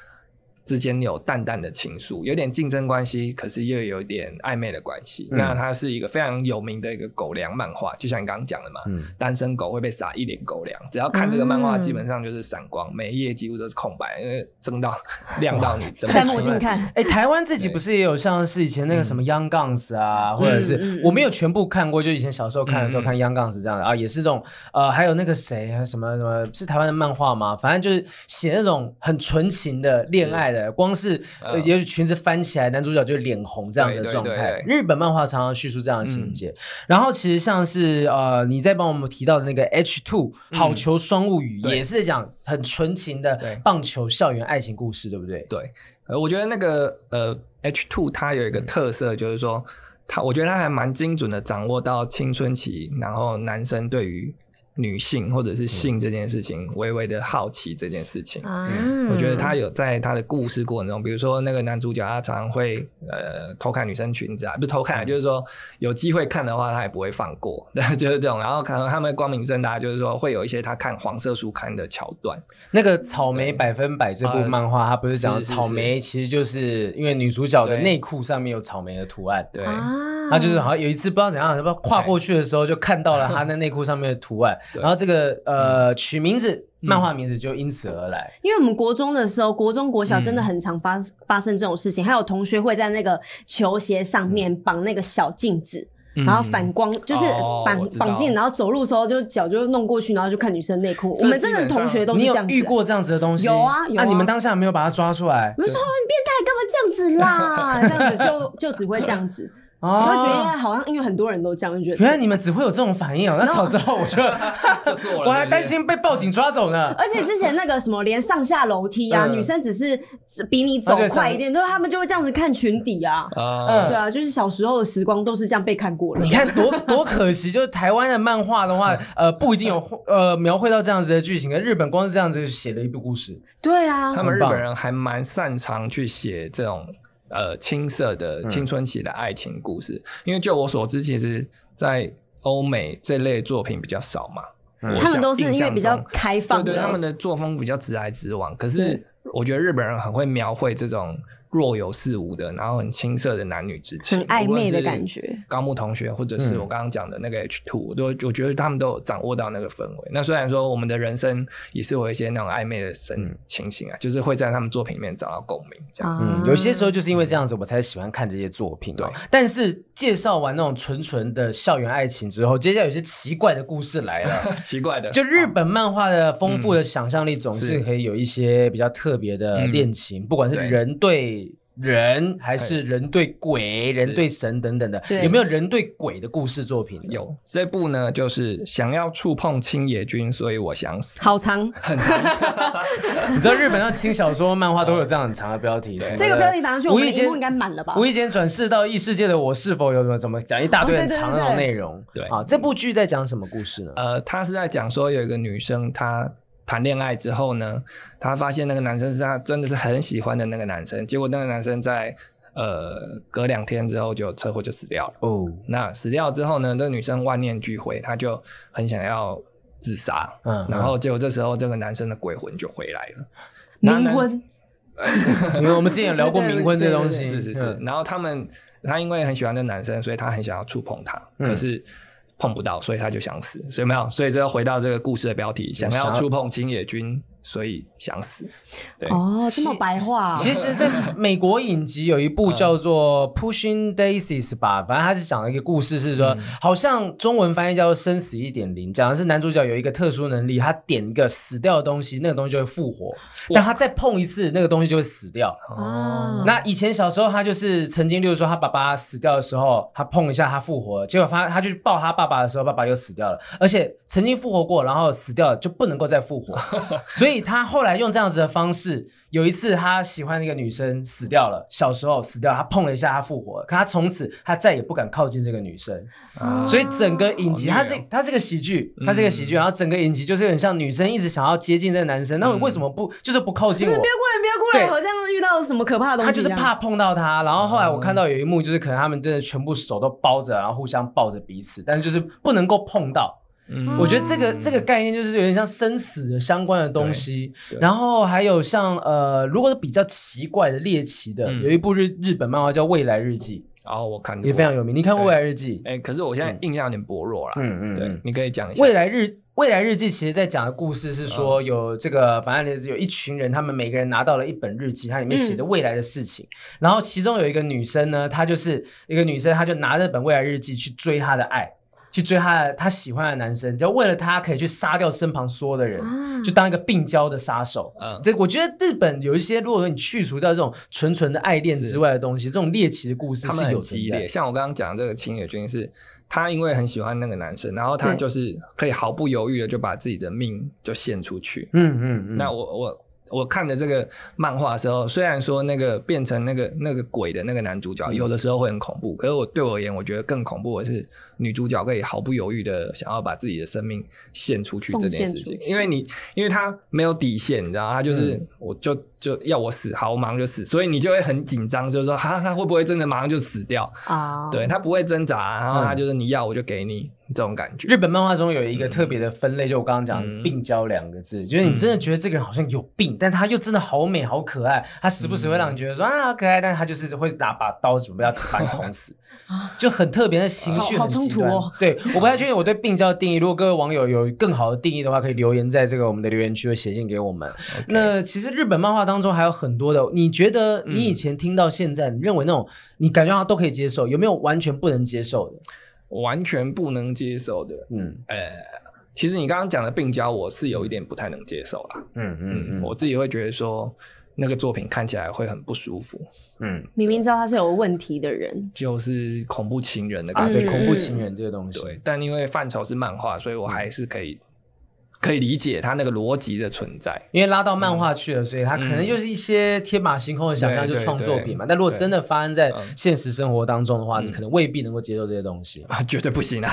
之间有淡淡的情愫，有点竞争关系，可是又有一点暧昧的关系。
嗯
那它是一个非常有名的一个狗粮漫画，就像你刚刚讲的嘛，
嗯
单身狗会被撒一脸狗粮，只要看这个漫画，
嗯
基本上就是闪光，每一页几乎都是空白，因为睁到 亮到你睁不
戴
出
墨镜
来。
看，
哎、台湾自己不是也有像是以前那个
嗯
什么 Young Guns 啊，或者是、
嗯嗯
我没有全部看过，就以前小时候看的时候
嗯嗯
看 Young Guns 这样的、啊，也是这种呃，还有那个谁还有什么什么是台湾的漫画吗？反正就是写那种很纯情的恋爱的，光是、呃、
嗯
也许裙子翻起来，男主角就脸红这样子的
对对
状态。
对嗯
日本漫画常常叙述这样的情节。然后其实像是呃，你在帮我们提到的那个 H Two 好球双物语，
嗯对
也是在讲很纯情的
对
棒球校园爱情故事，对不对？
对，呃，我觉得那个呃 H two 它有一个特色，就是说它，我觉得它还蛮精准的掌握到青春期，然后男生对于女性或者是性这件事情，微微的好奇这件事情。
啊
嗯
嗯
我觉得他有在他的故事过程中，比如说那个男主角，他常常会呃偷看女生裙子啊，不是偷看啊，就是说有机会看的话，他也不会放过， 对，就是这种。然后可能他们光明正大，就是说会有一些他看黄色书刊的桥段，
那个《草莓百分百》这部漫画，它不是讲
呃是是
草莓，其实就是因为女主角的
对
内裤上面有草莓的图案。
对，
啊
她就是好像有一次不知道怎样，不知道跨过去的时候就看到了她那内裤上面的图案，
对嗯
然后这个呃取名字，漫画名字就因此而来。
因为我们国中的时候，国中、国小
嗯
真的很常发、发生这种事情，还有同学会在那个球鞋
嗯
上面绑那个小镜子，然后反光，就是
哦
绑
我知道
绑镜，然后走路的时候就脚就弄过去，然后就看女生内裤。
这
我们真的是
基本上
同学都是
你
这
有
样子、
遇过这样子的东西？
有啊有啊
你们当下没有把它抓出来
我们说哦你变态，干嘛这样 子啦？这样子就就只会这样
啊
子，你会觉得
哦，
好像因为很多人都这样，就觉得
哎
原来你们只会有这种反应啊！那
后
早知道我 就
就做了
我还
对不对
担心被报警抓走呢。
而且之前那个什么，连上下楼梯啊，
嗯
女生只是只比你走
啊对
快一点，对，他们就会这样子看裙底啊。
啊，
对啊，就是小时候的时光都是这样被看过了。
嗯你看多多可惜，就是台湾的漫画的话， 呃，不一定有呃描绘到这样子的剧情，可日本光是这样子就写了一部故事，
对啊，
他们
很
日
棒
本人还蛮擅长去写这种呃青涩的
嗯
青春期的爱情故事，因为就我所知，其实，在欧美这类作品比较少嘛。
嗯
我
他们
想
都是
印
因为
象
比较
中
开放
对对，他们
的
的作风比较直来直往。可
对
是我觉得日本人很会描绘这种若有似无的，然后很青涩的男女之情，
很暧
无论
昧的
是
感觉。嗯
高木同学，或者是我刚刚讲的那个 H two，、都我觉得他们都有掌握到那个氛围。那虽然说我们的人生也是有一些那种暧昧的
嗯
情情形啊，就是会在他们作品里面找到共鸣，这
啊
样子。
嗯，有些时候就是因为这样子，我才喜欢看这些作品、哦。
对，
但是介绍完那种纯纯的校园爱情之后，接下来有些奇怪的故事来
啊
了。
奇怪的，
就日本漫画的丰富的想象力，总是
是
可以有一些比较特别的恋情，不管是
嗯对
人对人，还是人对鬼、人
是
对神等等的？
对
有没有人对鬼的故事作品？，
有这部呢，就是想要触碰青野君，所以我想死。
好长，
你知道日本上轻小说、漫画都有这样很长的 标题，什么的
这个标题打上去，我
无
们
意
荧
间
幕应该满了吧？
无意间转世到异世界的我，是否有什么怎么讲一大堆
哦
很
对对
长
对
的那种
对
内容？
对
啊，这部剧在讲什么故事呢？
呃，他是在讲说有一个女生，她谈恋爱之后呢，她发现那个男生是她真的是很喜欢的那个男生，结果那个男生在呃隔两天之后就车祸就死掉了。
哦，
那死掉之后呢，这女生万念俱灰，她就很想要自杀。
嗯
然后结果这时候这个男生的鬼魂就回来了，
冥婚，
因为我们之前有聊过
对对
冥婚这
对对
东
对
西，
是是是
嗯。
然后他们，他因为很喜欢这男生，所以他很想要触碰他，
嗯
可是碰不到，所以他就想死。所以有没有，所以这又回到这个故事的标题，想
想要
要触碰青野君，所以想死。对，
哦，这么白话啊，
嗯其实，在美国影集有一部叫做《Pushing Daisies》吧，
嗯
反正它是讲了一个故事，是说、好像中文翻译叫做“生死一点零”，讲的是男主角有一个特殊能力，他点一个死掉的东西，那个东西就会复活，但他再碰一次，那个东西就会死掉。
啊，
哦那以前小时候，他就是曾经，例如说他爸爸死掉的时候，他碰一下他复活了，结果发他去抱他爸爸的时候，爸爸又死掉了，而且曾经复活过，然后死掉了就不能够再复活，所以他后来用这样子的方式，有一次他喜欢的一个女生死掉了，小时候死掉了，他碰了一下他复活了，可他从此他再也不敢靠近这个女生，
啊
所以整个影集，
好
它
虐哦嗯
是它是个喜剧，它是个喜剧，然后整个影集就是很像女生一直想要接近这个男生，那我为什么不就是不靠近
不
我
是？不要过来，不要过来，
对
好像遇到什么可怕的东
他
西，
就是怕。碰到他，然后后来我看到有一幕，就是可能他们真的全部手都包着，然后互相抱着彼此，但是就是不能够碰到。
嗯
我觉得这个这个概念就是有点像生死的相关的东西
对，对
然后还有像呃，如果是比较奇怪的猎奇的，
嗯
有一部日日本漫画叫《未来日记
哦，我看》，
也非常有名。你看过《
对
未来日记》？
哎、可是我现在印象有点薄弱啦。
嗯嗯
对
嗯，
你可以讲一下。嗯
未来日未来日记其实在讲的故事是说，有这个反正有一群人，他们每个人拿到了一本日记，它里面
嗯
写着未来的事情。然后其中有一个女生呢，她就是一个女生，她就拿着本未来日记去追她的爱，去追她的她喜欢的男生，就为了他可以去杀掉身旁所有的人，
啊
就当一个病娇的杀手。
嗯，
这我觉得日本有一些，如果说你去除掉这种纯纯的爱恋之外的东西，这种猎奇的故事
他
是
们
有
很
存
激
在
烈，像我刚刚讲的这个青野君是，他因为很喜欢那个男生，然后他
对
就是可以毫不犹豫的就把自己的命就献出去。
嗯嗯嗯，
那我我我看的这个漫画的时候，虽然说那个变成那个那个鬼的那个男主
嗯
角，有的时候会很恐怖，可是我对我而言，我觉得更恐怖的是女主角可以毫不犹豫的想要把自己的生命献出去这件事
奉
情
献出，去嗯
因为你因为他没有底线，你知道，他就是、我就就要我死，好，我马上就死，所以你就会很紧张，就是说哈，他会不会真的马上就死掉？
啊，
对他不会挣扎，啊然后
嗯
他就是你要我就给你这种感觉。
日本漫画中有一个特别的分类，就我刚刚讲“
嗯
病娇”两个字，就是你真的觉得这个人好像有病，但他又真的好美好可爱，他时不时会让你觉得说、啊好可爱，但是他就是会拿把刀准备要把你捅 死，就很特别的情绪
啊好
很极
好冲突
端。
哦
对，我不太确定我对病娇的定义，如果各位网友有更好的定义的话，可以留言在这个我们的留言区，会写信给我们。那其实日本漫画当中还有很多的，你觉得你以前听到现在，你认为那种你感觉好像都可以接受，有没有完全不能接受的？
完全不能接受的。
嗯
呃，其实你刚刚讲的病娇，我是有一点不太能接受啦。
嗯
嗯，我自己会觉得说，那个作品看起来会很不舒服，
嗯。
明明知道他是有问题的 人，
就是恐怖情人的
啊，
感觉。
对，
嗯
恐怖情人这个东西，
对，但因为范畴是漫画，所以我还是可以可以理解他那个逻辑的存在。
因为拉到漫画去了，所以它可能就是一些天马行空的想象，
嗯
就
对对
创作品嘛。
对
但如果真的发生在
嗯
现实生活当中的话，你可能未必能够接受这些东西。
啊，绝对不行啊！。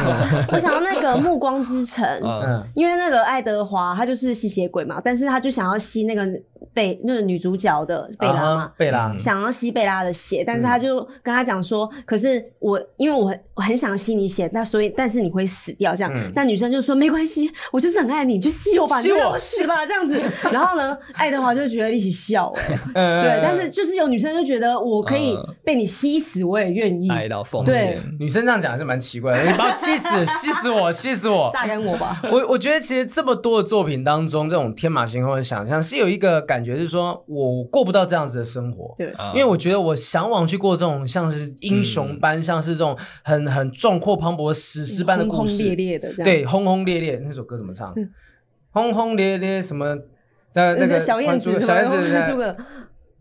我想要那个《暮光之城》
嗯，
嗯，
因为那个爱德华他就是吸血鬼嘛，但是他就想要吸那个贝那个女主角的贝拉
啊
嘛
哈，贝嗯拉
嗯，
想要吸贝拉的血，但是他就跟他讲说，可是我因为我很我很想吸你血，那所以但是你会死掉这样。
嗯
那女生就说没关系，我就是很爱你，你就吸我吧，
吸
你就让
我
我死吧这样 子。然后呢，爱德华就觉得一起笑、欸，
呃
对，但是就是有女生就觉得我可以
嗯
被你吸死，我也愿意，
哎
爱到疯
对
癫，
嗯女生这样讲还是蛮奇怪的，你把我气死，气死我，气死我，
榨干我吧。
我我觉得其实这么多的作品当中，这种天马行空的想象是有一个感觉，是说我过不到这样子的生活。
对，
啊
因为我觉得我向往去过这种像是英雄般，像是这种很很壮阔磅礴、史诗般的
轰
故
轰
事，
烈烈的这样。
对，轰轰烈烈那首歌怎么唱？轰轰烈烈什么？那
那
那
是
个
小燕
还
子
珠
什
小燕
么
子
还珠
的
格格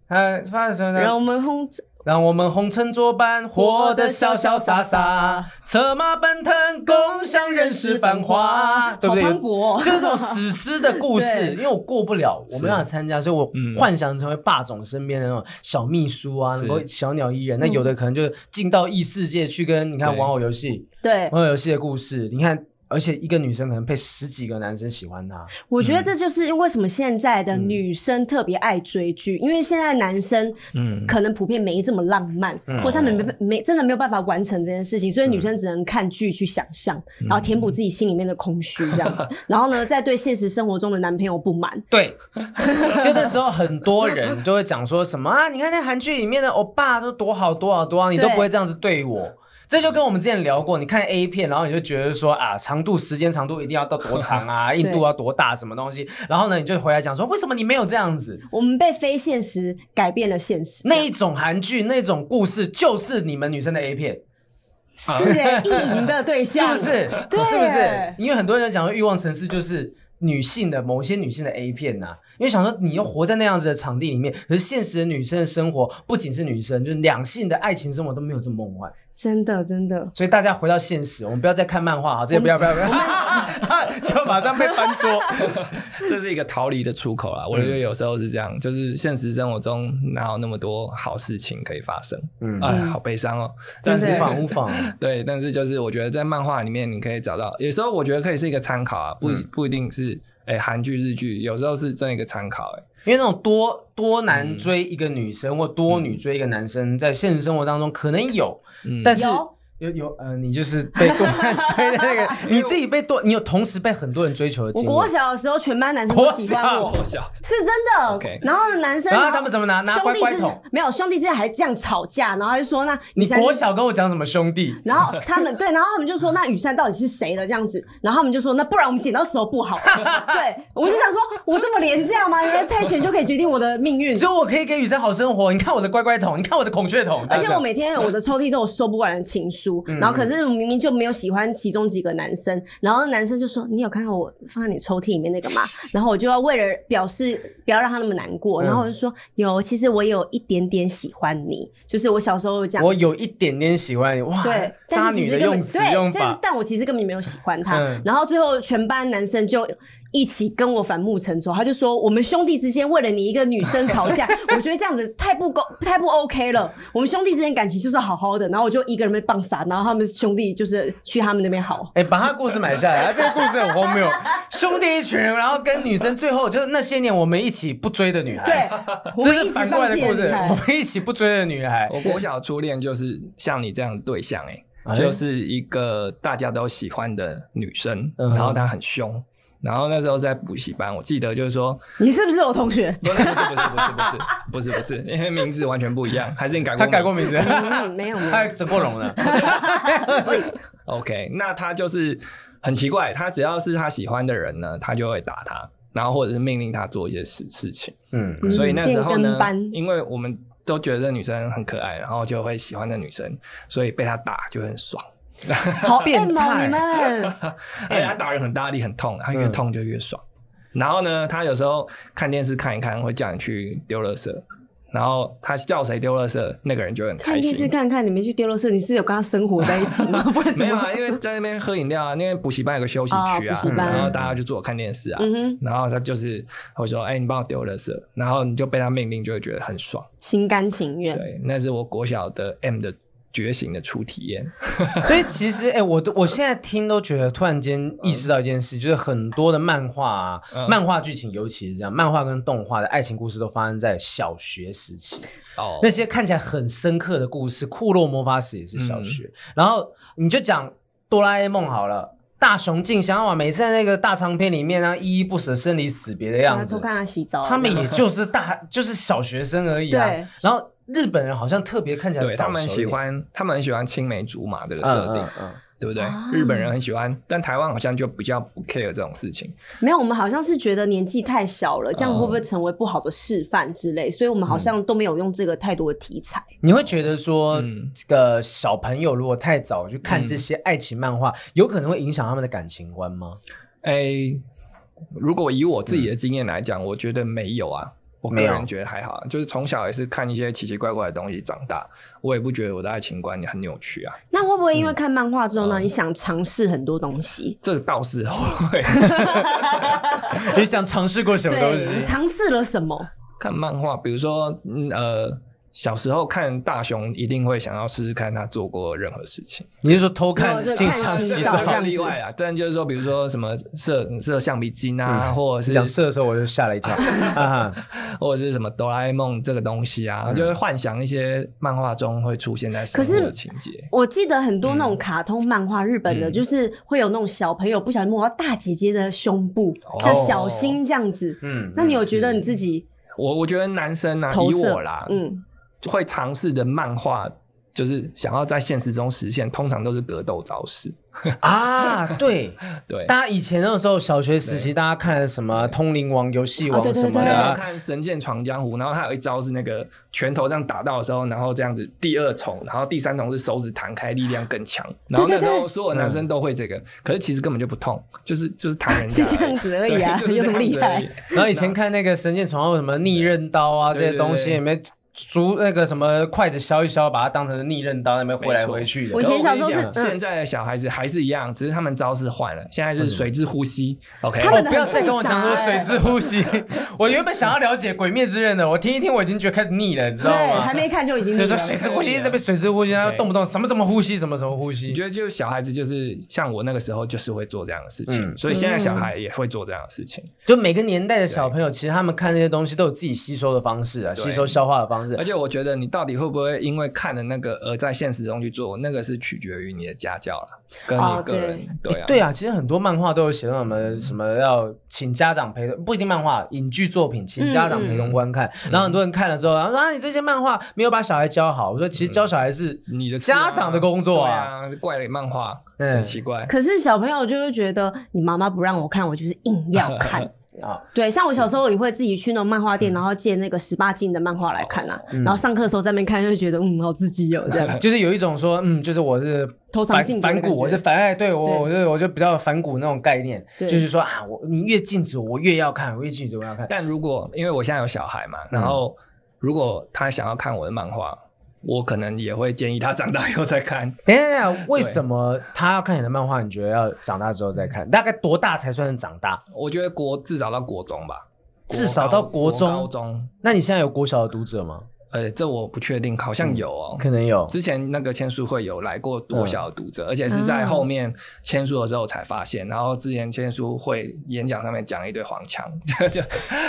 他发生什么？
让我们轰
让我们红尘作伴，活得潇潇洒洒，策马奔腾，共享人世繁华，对不对？
好磅 礴哦
就是这种史诗的故事，
对
因为我过不了，我没办法参加，所以我
嗯
幻想成为霸总身边的那种小秘书啊，
是
能够小鸟依人。那有的可能就进到异世界去跟你看
对
玩偶游戏，
对，
玩偶游戏的故事，你看，而且一个女生可能配十几个男生喜欢她，
我觉得这就是为什么现在的
嗯
女生特别爱追剧，因为现在的男生
嗯
可能普遍没这么浪漫，
嗯
或者他们没没真的没有办法完成这件事情，所以女生只能看剧去想象，然后填补自己心里面的空虚这样子，
嗯
然后呢，再对现实生活中的男朋友不满。
对，就那时候很多人就会讲说什么啊，你看那韩剧里面的欧巴都多好多好多好，你都
对
不会这样子对我。这就跟我们之前聊过，你看 A 片，然后你就觉得说啊，长度时间长度一定要到多长啊，硬度要多大，什么东西，然后呢，你就回来讲说，为什么你没有这样子？
我们被非现实改变了现 实，
那一种韩剧，那种故事，就是你们女生的 A 片，
是欸意淫的对
是
象
不是？
对
是不是？因为很多人讲说欲望城市就是女性的某些女性的 A 片呐、因为想说你又活在那样子的场地里面，可是现实的女生的生活不仅是女生，就是两性的爱情生活都没有这么梦幻。
真的真的。
所以大家回到现实，我们不要再看漫画哈，这些不要不要不要， 就马上被翻桌。
这是一个逃离的出口啊啦。我觉得有时候是这样，就是现实生活中哪有那么多好事情可以发生？
嗯，
哎，好悲伤哦。
真
但
的
是
无妨无妨，
对，但是就是我觉得在漫画里面，你可以找到，有时候我觉得可以是一个参考啊，不、
嗯
不一定是哎韩剧、日剧，有时候是真的一个参考、哎，
因为那种多多男追一个女生或多女追一个男生，在现实生活当中可能有，
嗯
但是
有
有有呃，你就是被多人追的那个，你自己被多，你有同时被很多人追求的
我
经
国
验。
小的时候，全班男生都喜欢
国
我
小，
小
是真的。
OK
然后男生，
然后他们怎么拿拿
兄弟
乖乖
之
桶
没有兄弟之间还这样吵架，然后他就说那雨
你
山
国。小跟我讲什么兄弟？
然后他 们对，然后他们就说那雨山到底是谁的这样子，然后他们就说那不然我们剪刀石头布好了。对，我就想说，我这么廉价吗？原来猜拳就可以决定我的命运
只。有我可以给雨生好生活。你看我的乖乖桶，你看我的孔雀桶。
而且
这样
我每天我的抽屉都有收不完的情书，然后可是我明明就没有喜欢其中几个男生，然后男生就说你有看到我放在你抽屉里面那个吗？ 然后我就要为了表示不要让他那么难过，然后我就说有，其实我有一点点喜欢你，就是我小时候有这样子，
我有一点点喜欢你，哇，
对，
渣
但是其
女
实
的
根本
用词
对
用
但是
法，
但我其实根本就没有喜欢他。
嗯
然后最后全班男生就一起跟我反目成仇，他就说我们兄弟之间为了你一个女生吵 架，我觉得这样子太不公太不 OK 了。我们兄弟之间感情就是好好的，然后我就一个人被棒杀，然后他们兄弟就是去他们那边好。
哎、把他故事买下来，啊这个故事 很荒谬。兄弟一群，然后跟女生，最后就是那些年我们一起不追的女孩，
对，我
这
们一
是
起
反过
放
来的
弃
故
了
事
女。
我
孩。
们一起不追的女 孩，
我国小初恋就是像你这样的对象、
哎
哎，就是一个大家都喜欢的女生，
嗯哼
然后她很凶。然后那时候在补习班，我记得就是说，
你是不是我同 学？
不是不是不是不是不是不是，因为名字完全不一样，还是你改过
她
名？
改过名字，
嗯，没有没有。
她整过容了。
OK，那他就是很奇怪，他只要是他喜欢的人呢，他就会打他，然后或者是命令他做一些事事情。
嗯，
嗯
所以那时候
变
呢
跟班，
因为我们都觉得这女生很可爱，然后就会喜欢这女生，所以被他打就很爽。
好
变
变
态
态，你们
而且
嗯
他打人很大力，很痛，他越痛就越爽。然后呢，他有时候看电视看一看，会叫你去丢垃圾，然后他叫谁丢垃圾，那个人就很开
看
心。
电视看看，你们去丢垃圾，你是有跟他生活在一起 吗？不 然怎
没有
么
啊，因为在那边喝饮料啊，因为补习班有个休息区
哦补，
啊
习班
然后大家就坐看电视啊，
嗯哼
然后他就是我说，哎、你帮我丢垃圾，然后你就被他命令，就会觉得很爽。
心甘情愿？
对，那是我国小的 M 的觉醒的初体验。
所以其实，哎、我都我现在听都觉得，突然间意识到一件事，就是很多的漫画、啊、
嗯
漫画剧情，尤其是这样，漫画跟动画的爱情故事都发生在小学时期。
哦
那些看起来很深刻的故事，《库洛魔法使》也是小
嗯
学。然后你就讲哆啦 A 梦好了，大雄静香啊，每次在那个大长篇里面啊，依依不舍、生离死别的样
他
子
啊偷，看他洗澡，
他
哦
们也就是大就是小学生而已啊
对。
然后日本人好像特别看起来
对他们
早熟一
喜
点
欢，他们很喜欢青梅竹马这个设定，
嗯嗯嗯
对不对？日本人很喜欢，但台湾好像就比较不 care 这种事情。
没有，我们好像是觉得年纪太小了，这样
嗯
会不会成为不好的示范之类？所以我们好像都没有用这个太多的题材。
你会觉得说
嗯，
这个小朋友如果太早去看这些爱情漫画，有可能会影响他们的感情观吗？
哎、如果以我自己的经验来讲，我觉得没有啊。我个
没有
人觉得还好，啊就是从小也是看一些奇奇怪怪的东西长大，我也不觉得我的爱情观也很扭曲啊。
那会不会因为
嗯
看漫画之后呢，你想尝试很多东西？
这倒是会
你想尝试过什么东
对，你
西？
尝试了什么？
看漫画，比如说，嗯呃，小时候看大雄，一定会想要试试看他做过任何事情。
你是说偷看
没有就
镜
看
像
洗
洗
澡这
澡？
样子
例外啊，但就是说，比如说什么射射橡皮筋啊，或者是
讲色的时候我就吓了一 跳啊哈！
或者是什么哆啦 A 梦这个东西啊，就会幻想一些漫画中会出现在生活
可
的
是
情节。
我记得很多那
嗯
种卡通漫画，日本的，就是会有那种小朋友不小心摸到大姐姐的胸部，要小心这样子。
哦嗯，
那你有觉得你自己
我我觉得男生啊，
投
以
射
我啦，
嗯，
会尝试的漫画，就是想要在现实中实现，通常都是格斗招式。
啊，对，
对，
大家以前那时候小学时期，大家看什么《通灵王》《游戏王
啊》对对
什么
对
的
那时候
啊，
看《神剑闯江湖》，然后他有一招是那个拳头这样打到的时候，然后这样子第二重，然后第三重是手指弹开，力量更强。然后
对
那
对
时候
对
所有男生都会这个，可是其实根本就不痛，就是就是弹人家
是
而已，
这样子而已啊
对就是
有什么
这样子
厉害
而已？
然后以前看那个《神剑闯江湖》什么逆刃刀啊这
对
些东西，
对对
里面竹那个什么筷子削一削，把它当成逆刃刀，那边挥来挥去的
我以。前小时候是
可我跟你讲
嗯
现在的小孩子还是一样，只是他们招式换了，现在
嗯
是水之呼吸。OK，
他们
哦不要再跟我讲说水之呼吸，我原本想要了解《鬼灭之刃》的，我听一听我已经觉得开始腻了，你知道
对，
吗
还？没看就已经
就
腻
是
了
水之呼吸，这边水之呼吸，然后动不动什么什么呼吸，什么什么呼吸
你觉。得就是小孩子就是像我那个时候就是会做这样的事情，
嗯
所以现在小孩也会做这样的事情。
就每个年代的小朋友，其实他们看这些东西都有自己吸收的方式啊，
对哎
吸收消化的方式
而。且我觉得你到底会不会因为看了那个而在现实中去做，那个是取决于你的家教了，跟
哦
你个人、对啊。
对啊，其实很多漫画都有写到什么什么要请家长陪，不一定漫画，影剧作品请家长陪同观
嗯
看。然后很多人看了之后，然后说啊，你这些漫画没有把小孩教好。我说其实教小孩是
你的事啊
家长的工作啊。
对啊，怪你漫画
嗯
很奇怪。
可是小朋友就会觉得你妈妈不让我看，我就是硬要 看。
啊，
对，像我小时候也会自己去那种漫画
嗯
店，然后借那个十八禁的漫画来看啊，
哦
然后上课的时候在那边看，就会觉得嗯，好刺激哦，这 样
啊就是有一种说，嗯，就是我是
偷藏
反
禁果的
反
感
骨，我
觉
是反哎爱，对
对
我，我就我就比较反骨那种概念，
对
就是说啊，我你越禁止我越要看，我越禁止我要看。
但如果因为我现在有小孩嘛，
嗯
然后如果他想要看我的漫画，我可能也会建议他长大以后再看。
等一下，等一哎下，为什么他要看你的漫画？你觉得要长大之后再看？大概多大才算是长大？
我觉得国至少到国中吧，国
至少到
高
国中
高中，
那你现在有国小的读者吗？
呃，这我不确定，好
嗯
像有哦。
可能有。
之前那个签书会有来过多小的读
嗯
者，而且是在后面
啊
签书的时候才发现。然后之前签书会演讲上面讲一堆黄腔， 就就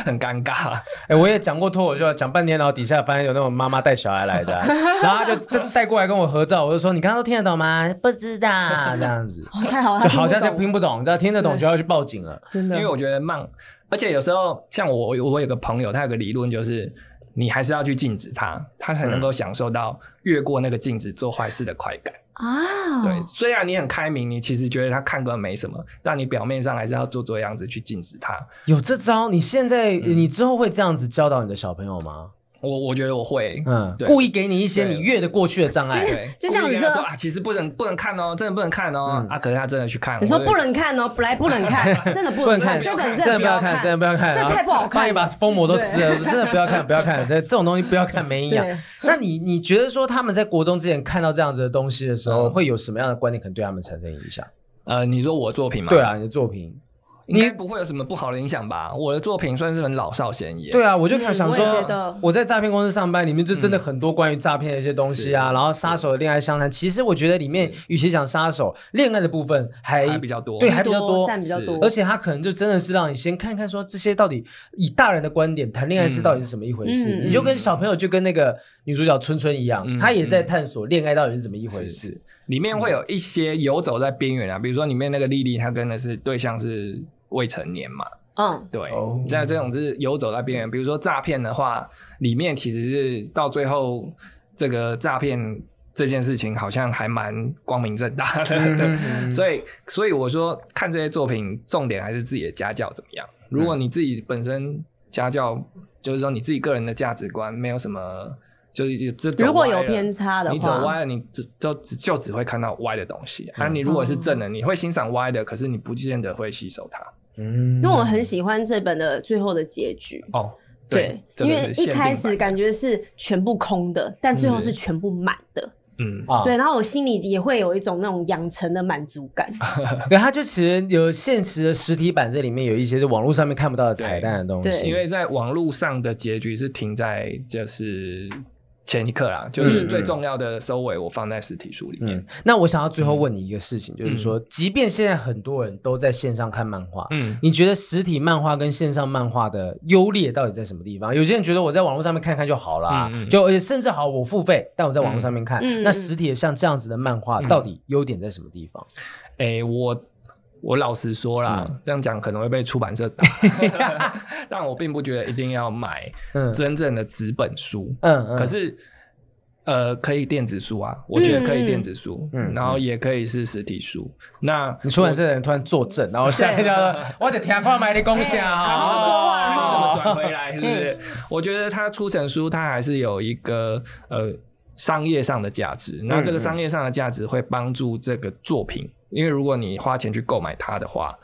很尴尬。
哎、我也讲过脱口秀，讲半天，然后底下发现有那种妈妈带小孩来的 啊，然后他就带带过来跟我合照，我就说你刚刚都听得懂 吗？不知道这样子，
哦，太好了，
就好像
在
就听不懂，你知道听得懂就要去报警了。
真
因
的
为，我觉得漫，而且有时候像我，我我有个朋友，他有个理论就是。你还是要去禁止他，他才能够享受到越过那个禁止做坏事的快感。
啊，
对，虽然你很开明，你其实觉得他看官没什么，但你表面上还是要做做样子去禁止他。
有这招，你现在、你之后会这样子教导你的小朋友吗？
我我觉得我会，
嗯，
对
故意给你一些
对
你越得过去的障 碍。
对，
就像
故意
你
跟他
说嗯
说啊，其实不能不能看哦，真的不能看哦、啊，可是他真的去看，
你说
我就
不能看哦，本来不能 看，真的不
不能
能
看，
这本
真的
不
要
要
看，真的不要看，
这
然后
太不好
帮
看
你把封膜都撕了，真的不要看，不要看，这这种东西不要看，没营养
对。
那你你觉得说他们在国中之前看到这样子的东西的时候，
嗯
会有什么样的观点可能对他们产生影响？
呃，你说我作品嘛，
对，啊，你的作品，
应该不会有什么不好的影响吧？我的作品算是很老少咸宜，
对啊，我就想
嗯
想
我也觉
说
得，
我在诈骗公司上班，里面就真的很多关于诈骗的一些东西啊，然后杀手的恋爱相谈，其实我觉得里面与其讲杀手，恋爱的部分还
还比较多
对，还比较多，
占比较
是
多，
而且他可能就真的是让你先看看说这些到底以大人的观点谈恋爱是到底是什么一回事，
嗯
你就跟小朋友就跟那个女主角春春一样，
嗯
她也在探索恋爱到底是怎么一回
是
事。
是，里面会有一些游走在边缘啊，比如说里面那个莉莉，她跟的是对象是未成年嘛，
嗯，
对
哦，
那、这种就是游走在边缘。比如说诈骗的话，里面其实是到最后这个诈骗这件事情好像还蛮光明正大的，
嗯
所以所以我说看这些作品，重点还是自己的家教怎么样。如果你自己本身家教，就是说你自己个人的价值观没有什么，就是这走
如果
歪
有
了
偏差的
你走
话，
歪了，你只都只就只会看到歪的东西。啊，你如果是正的，你会欣赏歪的，可是你不见得会吸收它。
因
嗯
为我很喜欢这本的最后的结局，
哦，
对，
这
因
个
为
是
一
限
开
定版
始感觉是全部空的，但最后
是
是全部满的。
嗯，
啊，
对，然后我心里也会有一种那种养成的满足感。
啊对，它就其实有现实的实体版，这里面有一些是网络上面看不到的彩蛋的东西。
对
因为在网络上的结局是停在就是前一刻啦，就是
嗯
最重要的收尾，我放在实体书里面
嗯。，那我想要最后问你一个事情，就是说，即便现在很多人都在线上看漫画，
嗯嗯，
你觉得实体漫画跟线上漫画的优劣到底在什么地方？有些人觉得我在网络上面看看就好啦，
嗯嗯
就而且甚至好我付费，但我在网络上面看。
嗯嗯
那实体的像这样子的漫画，到底优点在什么地方？
哎、我我老实说啦，
嗯
这样讲可能会被出版社打， 但我并不觉得一定要买
嗯
真正的纸本书，
嗯嗯，
可是。呃，可以电子书啊，我觉得可以电子书，
嗯嗯
然后也可以是实体书。那
你出版社的人突然坐正，然后吓一跳说， 我的天，快买你共享
哎好好
啊！
说话
看怎么
哦
转回来，是不是？我觉得它出成书，它还是有一个呃商业上的价值。那这个商业上的价值会帮助这个作品，因为如果你花钱去购买它的话，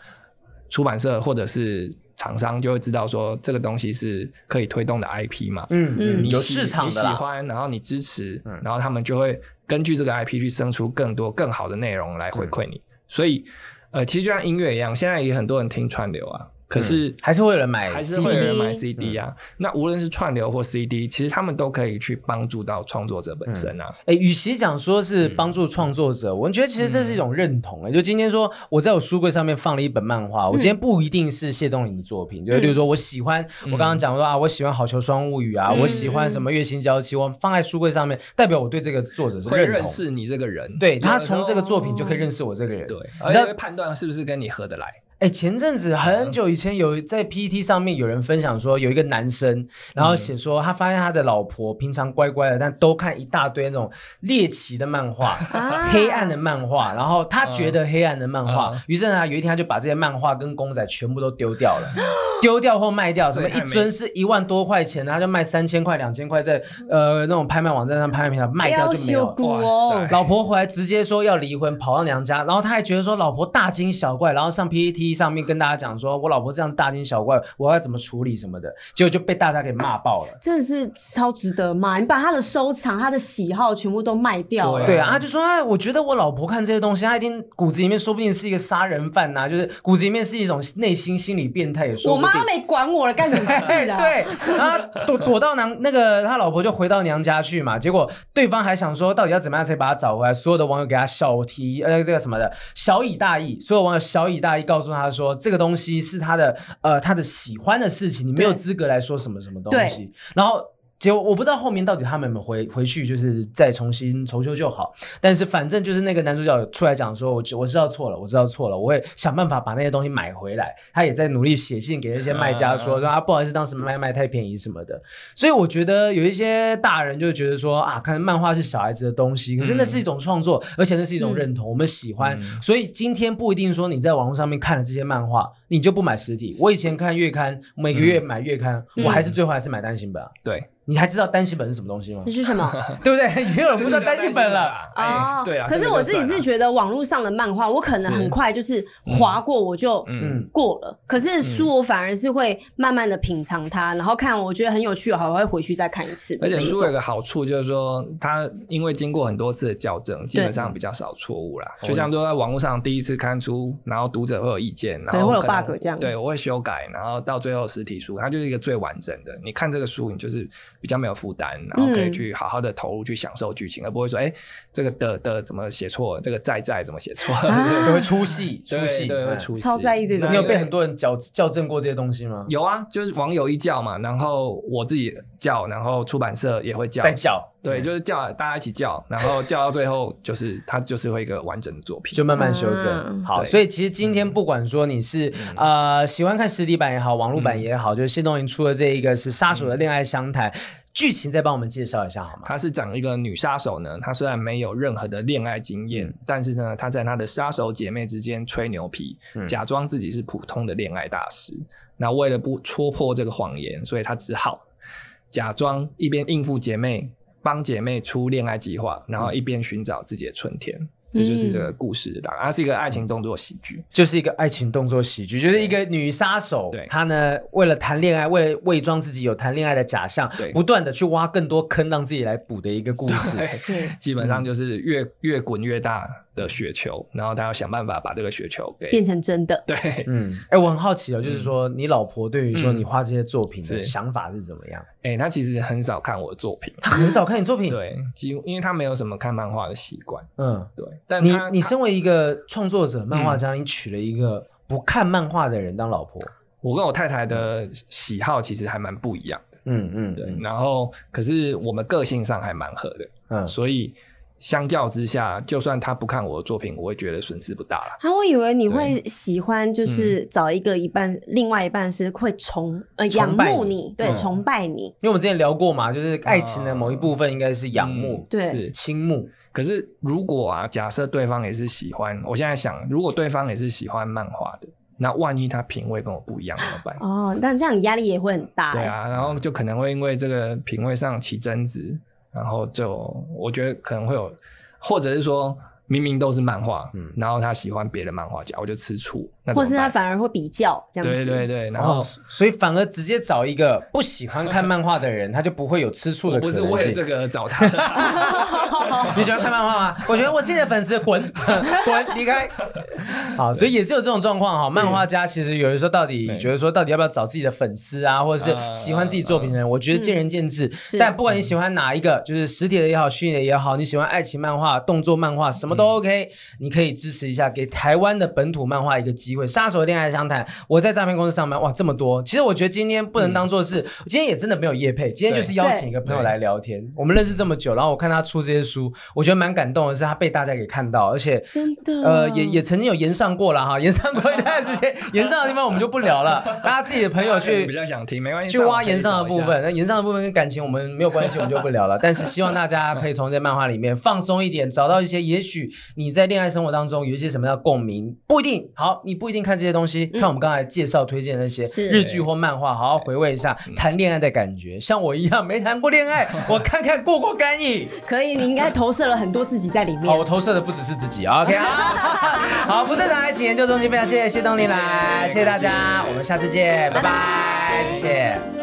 出版社或者是厂商就会知道说这个东西是可以推动的 IP 嘛。
嗯嗯，
嗯
有
你喜
市场的
你喜
啦。嗯
欢，然后你支持，然后他们就会根据这个 IP 去生出更多更好的内容来回馈你。
嗯
所以，呃，其实就像音乐一样，现在也很多人听串流啊，可是
还是会有人买，
还是会有人买
CD
嗯
CD 啊。那无论是串流或 CD，其实他们都可以去帮助到创作者本身啊。
哎，与其讲说是
嗯
帮助创作者，我觉得其实这是一种认同。哎、就今天说我在我书柜上面放了一本漫画，我今
嗯
天不一定是谢东林的作品，就例如说我喜欢，我
嗯
刚刚讲说啊，我喜欢《好球双物语》啊，
嗯
我喜欢什么《月薪娇妻》，我放在书柜上面，代表我对这个作者是
会
嗯认同。
认识你这个人，
对他
有的时候
从这个作品就可以认识我这个人。
对，
你知
而且
道
会判断是不是跟你合得来。
哎、前阵子
嗯
很久以前有在 PPT 上面有人分享说，有一个男生，然
嗯
后写说他发现他的老婆平常乖乖的，但都看一大堆那种猎奇的漫画、
啊
黑暗的漫画，然后他觉得黑暗的漫画
嗯，
于、是呢，有一天他就把这些漫画跟公仔全部都丢掉 了，丢掉或卖掉，什么
所以
一
还没
尊是一万多块钱，他就卖三千块、两千块，在呃那种拍卖网站上拍卖平台卖掉就没有
要
了
修。骨哦
哇塞
老婆回来直接说要离婚，跑到娘家，然后他还觉得说老婆大惊小怪，然后上 PPT 上面跟大家讲说，我老婆这样大惊小怪，我要怎么处理什么的，结果就被大家给骂爆了。
真的是超值得嘛！你把他的收藏、他的喜好全部都卖掉
对
了，
对啊，他就说，哎，我觉得我老婆看这些东西，她一定骨子里面说不定是一个杀人犯呐、就是骨子里面是一种内心心理变态，也说
我
不定。
妈都没管我了，干什么事啊？
哎 对，然后他躲躲到娘那个他老婆就回到娘家去嘛，结果对方还想说到底要怎么样才把他找回来，所有的网友给他小题呃这个什么的小以大义，所有网友小以大义告诉他说这个东西是他的呃他的喜欢的事情，你没有
对
资格来说什么什么东西，然后。结果我不知道后面到底他们有没有回回去，就是再重新重修就好。但是反正就是那个男主角有出来讲说，我知我知道错了，我知道错了，我会想办法把那些东西买回来。他也在努力写信给那些卖家说，
啊
说啊不好意思，当时卖卖太便宜什么的。所以我觉得有一些大人就觉得说啊，看漫画是小孩子的东西，可是那是一种创作，而且那是一种认同，我们喜欢。所以今天不一定说你在网络上面看了这些漫画，你就不买实体。我以前看月刊，每个月买月刊，
嗯
我还是最后还是买单行本、啊。
对，
你还知道单行本是什么东西吗
你？是什么？
对不对？也有人不知道单行本了。
啊。哎对啊。
哦可
这
是
个就
我自己
算
是
啊
觉得网络上的漫画，我可能
是
很快就是划过我就
嗯
过了。可是书我反而是会慢慢的品尝它，然后看我觉得很有趣，我还会回去再看一次的
而
那
且
一种。
书有个好处就是说，它因为经过很多次的校正，基本上比较少错误
哦
啦。就像说在网络上第一次刊出，然后读者会有意见，然
可能
后
会有
可能
bug 这样
对，我会修改，然后到最后实体书，它就是一个最完整的。你看这个书，你就是比较没有负担，然后可以
嗯
去好好的投入去享受剧情，而不会说，哎，这个的的怎么写错了，这个在在怎么写错了，
啊
就会出戏，出
对
戏，
对，会
嗯
出事哎
超在意这种
你有被
对
很多人矫校正过这些东西吗？
有啊，就是网友一叫嘛，然后我自己叫，然后出版社也会叫，
在叫，
对，就是叫大家一起叫，然后叫到最后就是它就是会一个完整的作品。
就慢慢修正。
啊
好，
嗯对嗯
所以其实今天不管说你是、呃喜欢看实体版也好，网络版也好，就是谢东林出的这一个是《杀手的恋爱相
嗯
谈》剧情，再帮我们介绍一下好吗？
她是讲一个女杀手呢，她虽然没有任何的恋爱经验，但是呢，她在她的杀手姐妹之间吹牛皮，假装自己是普通的恋爱大师。那为了不戳破这个谎言，所以她只好假装一边应付姐妹，帮姐妹出恋爱计划，然后一边寻找自己的春天。这就是这个故事的答案。它是一个爱情动作喜剧，
就是一个爱情动作喜剧，就是一个女杀手
对，
她呢为了谈恋爱，为了伪装自己有谈恋爱的假象
对，
不断的去挖更多坑，让自己来补的一个故事。
对，
对，
基本上就是越越滚越大的雪球，然后他要想办法把这个雪球给
变成真的。
对，
嗯，哎、我很好奇哦，就是说、你老婆对于说你画这些作品的
嗯是
想法是怎么 样？
哎，他其实很少看我的作品，
她很少看你作品，，
对，几乎因为他没有什么看漫画的习惯，
嗯，
对，但
你
他
你
他
身为一个创作者、漫
嗯
画家，你娶了一个不看漫画的人当老婆，
我跟我太太的喜好其实还蛮不一样的，
嗯嗯，
对，
嗯
然后可是我们个性上还蛮合的，
嗯，
所以相较之下，就算他不看我的作品，我会觉得损失不大啦。
他会啊以为你会喜欢，
嗯
就是找一个一半，另外一半是会崇呃仰
崇拜
慕
你
你，对，
嗯
崇拜你，
因为我们之前聊过嘛，就是爱情的某一部分应该是仰慕、
对
啊嗯是。
倾慕，
可是如果啊，假设对方也是喜欢，我现在想，如果对方也是喜欢漫画的，那万一他品味跟我不一样怎么办？
哦，但这样你压力也会很大。
对
欸，
哎
啊，然后就可能会因为这个品味上起争执，然后就我觉得可能会有，或者是说明明都是漫画，
嗯
然后他喜欢别的漫画家，我就吃醋，那
或是
怎么
他
办
反而会比较这样
对
子。
对对，然后
哦所以反而直接找一个不喜欢看漫画的人，他就不会有吃醋
我
的
不
可
是
能
为了这
性。
个而 找他的，
你喜欢看漫画 吗？我觉得我是你的粉丝， 滚滚离开。好，所以也是有这种状况哈。漫画家其实有的时候到底
对
觉得说，到底要不要找自己的粉丝啊，或者是喜欢自己作品的人，我觉得见仁见智。但不管你喜欢哪一个，就是实体的也好，虚拟的也好，你喜欢爱情漫画、动作漫画，什么都 OK，、你可以支持一下，给台湾的本土漫画一个机会。杀手的恋爱相谈，我在诈骗公司上班，哇，这么多。其实我觉得今天不能当做是，今天也真的没有业配，今天就是邀请一个朋友来聊天。我们认识这么久，然后我看他出这些书，我觉得蛮感动的是，他被大家给看到，而且
真的。
呃，也也曾经有延上过了哈，延上过一段时间，延上的地方我们就不聊了，大家自己的朋友去
比较想听，没关系，
去挖
岩
岩上的部分，。那岩上的部分跟感情我们没有关系，我们就不聊了。但是希望大家可以从这漫画里面放松一点，找到一些也许你在恋爱生活当中有一些什么样的共鸣，不一定好，你不一定看这些东西，看我们刚才介绍推荐的那些
是
日剧或漫画，好好回味一下谈恋爱的感觉。像我一样没谈过恋爱，我看看过过干瘾。
可以，你应该投射了很多自己在里面。
好，我投射的不只是自己啊。OK，好，好，不正常爱情研究中心非常谢谢谢东林来，谢谢大家，我们下次见，拜拜，谢谢。